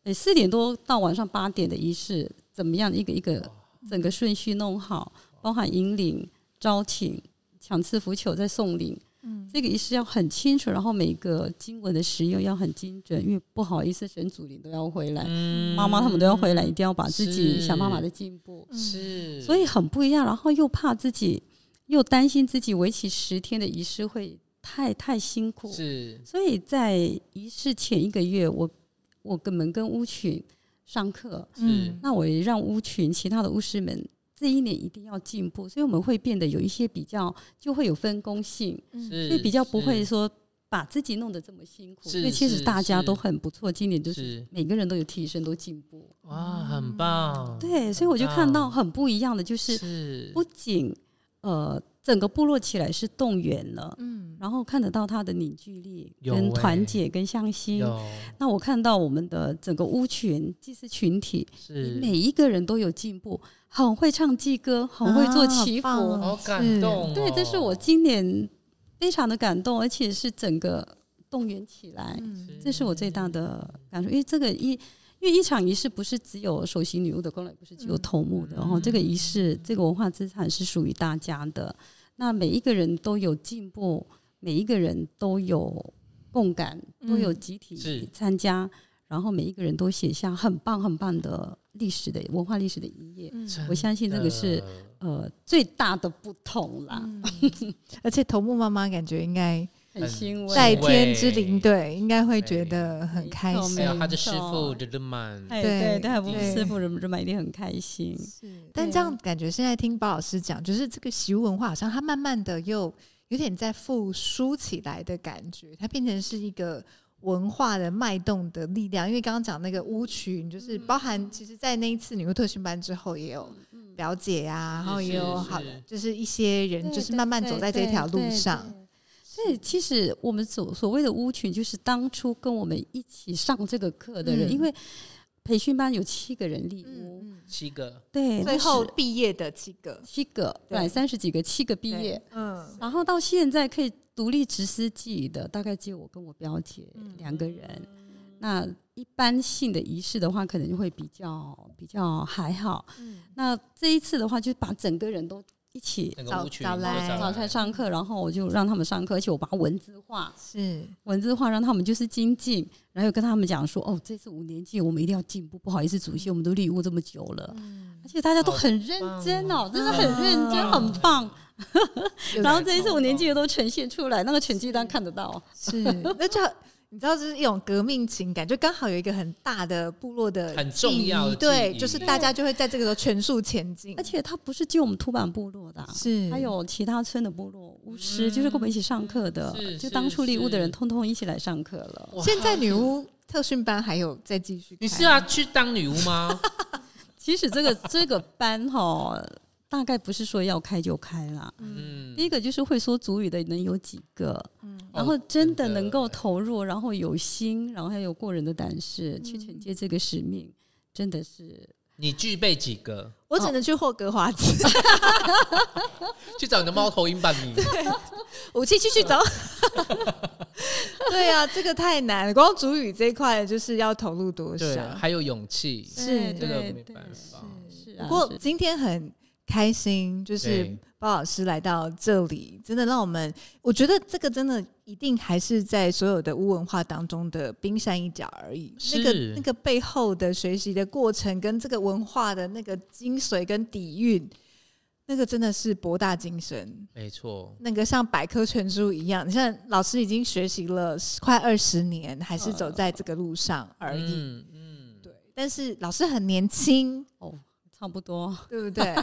S4: 呃四点多到晚上八点的仪式，怎么样一个一个整个顺序弄好，包含引领、招请、抢赐福球、再送礼。
S1: 嗯
S4: 这个仪式要很清楚，然后每个经文的使用要很精准，因为不好意思，神主灵都要回来，
S2: 嗯
S4: 妈妈他们都要回来，一定要把自己
S2: 是
S4: 想办法的进步，
S2: 是
S4: 所以很不一样。然后又怕自己，又担心自己为期十天的仪式会太太辛苦，
S2: 是
S4: 所以在仪式前一个月，我我跟们跟巫群上课，
S2: 是
S4: 那我也让巫群其他的巫师们这一年一定要进步，所以我们会变得有一些比较，就会有分工性，
S1: 嗯
S2: 是
S4: 所以比较不会
S2: 是
S4: 说把自己弄得这么辛苦。
S2: 是
S4: 所以其实
S2: 是
S4: 大家
S2: 是
S4: 都很不错，今年就是
S2: 是哦
S4: 每个人都有提升，都进步。
S2: 哇，很棒，
S4: 对，所以我就看到很不一样的，就是
S2: 是
S4: 不仅呃整个部落起来是动员了，
S1: 嗯，
S4: 然后看得到他的凝聚力、
S2: 有
S4: 跟
S2: 欸
S4: 团结、跟向心。
S2: 有
S4: 那我看到我们的整个屋群祭祀群体，
S2: 是
S4: 每一个人都有进步，很会唱祭歌，很会做
S1: 啊
S4: 祈福。
S1: 好棒哦
S2: 好感
S1: 是
S2: 动、哦，
S4: 对，这是我今年非常的感动，而且是整个动员起来，
S1: 嗯
S4: 这是我最大的感受。因为这个一，因为一场仪式不是只有首席女巫的功劳，也不是只有头目的，然哦后这个仪式，这个文化资产是属于大家的。那每一个人都有进步，每一个人都有共感，都有
S1: 嗯
S4: 集
S2: 是
S4: 体参加，然后每一个人都写下很棒很棒的历史的文化历史的一页。
S1: 嗯
S2: 真
S4: 我相信这个是
S2: 的
S4: 呃最大的不同啦， *laughs*
S1: 嗯而且头目妈妈感觉应该
S4: 很欣慰。
S1: 在
S2: 在
S1: 天
S2: 天
S1: 之
S2: 之
S1: 灵，
S2: 灵
S1: 对，
S2: 对
S1: 应该会觉
S2: 觉
S1: 得
S2: 得
S1: 很
S4: 很
S1: 开
S4: 开
S1: 心
S4: 心。
S2: 还有哎他的师
S4: 没
S2: 傅
S4: 错
S2: 日日曼，
S4: 哎，
S1: 对
S4: 对，但还不
S1: 对
S4: 师傅人人们一定很开心。
S1: 但这样感觉，现在听包老师讲，就是这个习文化好像它慢慢的又有点在复苏起来的感觉，它变成是一个文化的脉动的力量。因为刚刚讲那个舞曲，就是包含其实，在那一次女巫特训班之后，也有表姐呀、然后也有
S2: 是
S1: 好
S2: 是，
S1: 就是一些人
S4: 对
S1: 就是慢慢走在这条路上。。
S4: 所以，其实我们所所谓的舞群，就是当初跟我们一起上这个课的人，
S1: 嗯
S4: 因为培训班有七个人立
S1: 嗯
S4: 屋，
S1: 嗯
S2: 七个，
S4: 对，
S1: 最后
S4: 那是
S1: 毕业的几个，
S4: 七个，
S1: 对
S4: 本来三十几个，七个毕业，
S1: 嗯，
S4: 然后到现在可以独立执司记的，大概只有我跟我表姐
S1: 嗯
S4: 两个人。那一般性的仪式的话，可能会比较比较还好。
S1: 嗯
S4: 那这一次的话，就把整个人都一起
S2: 那
S1: 早
S2: 个舞曲
S1: 早来
S4: 早
S2: 才
S4: 餐上课，然后我就让他们上课，而且我把它文字化，
S1: 是
S4: 文字化让他们就是精进，然后又跟他们讲说，哦，这次五年级我们一定要进步，不好意思，主席，我们都领悟这么久了，
S2: 嗯
S4: 而且大家都很认真
S2: 啊
S4: 哦，真的很认真，很
S2: 嗯
S4: 棒。然后这一次五年级的都呈现出来，那个成绩单看得到，
S1: 是， *laughs* 那就你知道，这是一种革命情感，就刚好有一个很大的部落的
S2: 很
S1: 记
S2: 重要
S1: 忆
S2: 的
S1: 对，
S2: 记忆
S1: 就是大家就会在这个时候全速前进
S2: 嗯
S4: 而，且它不是只有我们土版部落的啊、
S1: 是
S4: 还有其他村的部落巫师，就是跟我们一起上课的
S2: 嗯是，
S4: 就是当初立屋的人，
S2: 是
S4: 通通一起来上课了。
S2: 哇
S1: 现在女巫特训班还有在继续开，
S2: 你是啊要去当女巫
S4: *laughs*
S2: 吗？
S4: 其实这个这个班哈，大概不是说要开就开啦。
S2: 嗯
S4: 第，一个就是会说主语的能有几个，
S1: 嗯
S4: 然后
S2: 哦
S4: 真的能够
S2: 真的
S4: 投入，然后有心，然后还有过人的胆识去承接这个使命，真的是
S2: 你具备几个？
S1: 我只能去霍格华兹，
S4: *laughs*
S2: 去找你的猫头鹰吧，你
S4: 啊
S1: 武器去去走。 *laughs* 对啊，这个太难了，光主语这一块就是要投入多
S2: 对，啊
S1: 少。
S2: 还有勇气，
S1: 是
S2: 嗯这
S4: 对
S2: 个
S4: 对
S2: 没办法。
S4: 是啊。
S1: 不过
S4: 是
S1: 今天很开心，就是
S2: 对
S1: 包老师来到这里，真的让我们，我觉得这个真的一定还是在所有的污文化当中的冰山一角而已。那个
S2: 是
S1: 那个背后的学习的过程，跟这个文化的那个精髓跟底蕴，那个真的是博大精深。
S2: 没错，
S1: 那个像百科全书一样，你像老师已经学习了快二十年，还是走在这个路上而已。
S2: 嗯嗯，
S1: 对，但是老师很年轻，
S4: 哦，差不多。
S1: 对不对？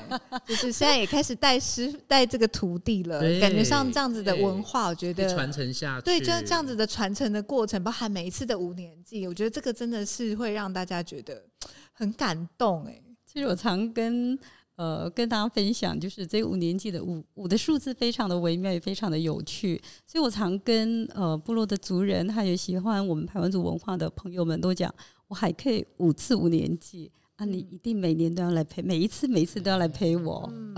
S1: 就是现在也开始带师带这个徒弟了，
S2: 对
S1: 感觉像这样子的文化，我觉
S2: 被传
S1: 得
S2: 承下去，
S1: 对，就是这样子的传承的过程，包含每一次的五年级，我觉得这个真的是会让大家觉得很感动哎、
S4: 其实我常跟呃跟大家分享，就是这五年级的五五的数字非常的微妙，也非常的有趣，所以我常跟呃部落的族人，还有喜欢我们台湾族文化的朋友们都讲，我还可以五次五年级。啊，你一定每年都要来陪，每一次每一次都要来陪我，
S1: 嗯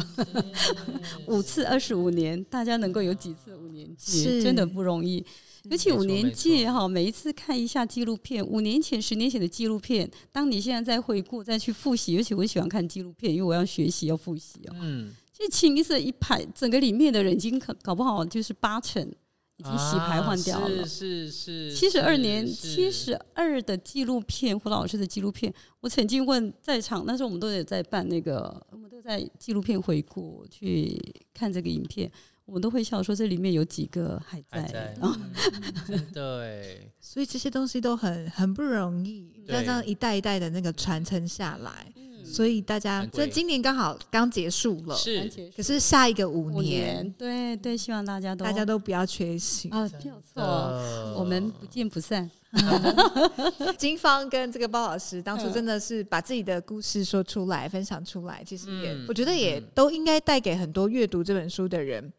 S4: 五次二十五年，大家能够有几次五年
S1: 是
S4: 级，真的不容易。尤其
S2: 没
S4: 五
S2: 错
S4: 年
S2: 没
S4: 级
S2: 错
S4: 哈，每一次看一下纪录片，五年前、十年前的纪录片，当你现在再回顾、再去复习，尤其我喜欢看纪录片，因为我要学习、要复习哦。
S2: 嗯，
S4: 这清一色一排，整个里面的人已经搞搞不好就是八成已
S2: 已
S4: 经洗牌换掉了。
S2: 啊是是是，
S4: 七十二年、
S2: 是
S4: 七十二的纪录片，胡老师的纪录片，我曾经问在场，那时候我们都有在办那个，我们都在纪录片回顾去看这个影片，我们都会笑说这里面有几个还
S2: 还
S4: 在，
S2: 在，嗯
S4: 然后哦
S2: 对，
S1: 所以这些东西都很很不容易，
S2: 对
S1: 要这样一代一代的那个传承下来，所以大家
S2: 难，怪
S1: 所以今年刚好刚结束了，
S2: 是
S1: 可嗯是下一个五
S4: 五
S1: 年，嗯
S4: 年，对对，希望大家都
S1: 大家都不要缺席。
S4: 啊，没有错，
S2: 呃
S4: 我们不见不散。
S1: 金芳跟这个包老师当初
S4: 嗯
S1: 真的是把自己的故事说出来、分享出来，其实也、
S2: 嗯
S1: 我觉得也
S2: 嗯
S1: 都应该带给很多阅读这本书的人，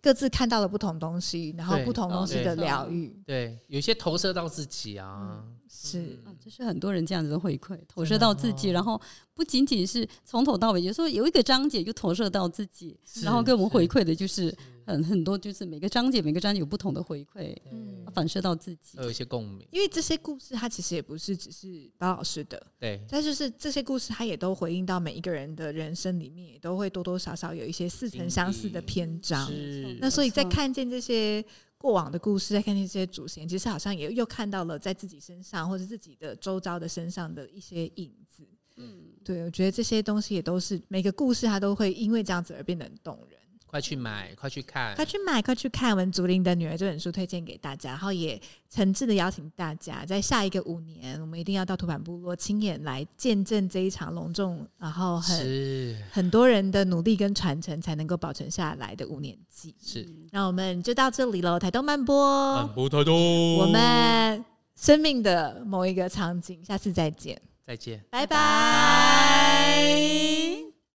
S1: 各自看到了不同东西，然后
S2: 对哦
S1: 不同东西
S2: 对嗯
S1: 的疗愈
S2: 对有些投射到自己啊，
S1: 是。
S4: 啊，这是很多人这样子的回馈，投射到自
S2: 哦
S4: 己，然后不仅仅是从头到尾，有时候有一个章节就投射到自己，
S2: 是
S4: 然后给我们
S2: 是
S4: 回馈的就是很很多，就是每个章节每个章节有不同的回馈，
S1: 嗯
S4: 反射到自己
S2: 会。有一些共鸣，
S1: 因为这些故事，它其实也不是只是包老师的，
S2: 对，
S1: 但就是这些故事，它也都回应到每一个人的人生里面，也都会多多少少有一些似曾相似的篇章。
S2: 是
S1: 那所以在
S4: 啊没错
S1: 看见这些过往的故事，在看见这些祖先，其实好像也又看到了在自己身上或者自己的周遭的身上的一些影子。
S4: 嗯，
S1: 对，我觉得这些东西也都是每个故事，它都会因为这样子而变得很动人。
S2: 快去买，快去看，
S1: 快去买，快去看《文竹林的女儿》这本书，推荐给大家。然后也诚挚的邀请大家，在下一个五年，我们一定要到土坂部落亲眼来见证这一场隆重，然后很
S2: 是
S1: 很多人的努力跟传承，才能够保存下来的五年祭。
S2: 是，嗯
S1: 那我们就到这里喽，台东漫播，
S2: 不太多
S1: 嗯我们生命的某一个场景，下次再见，
S2: 再见。
S1: 拜拜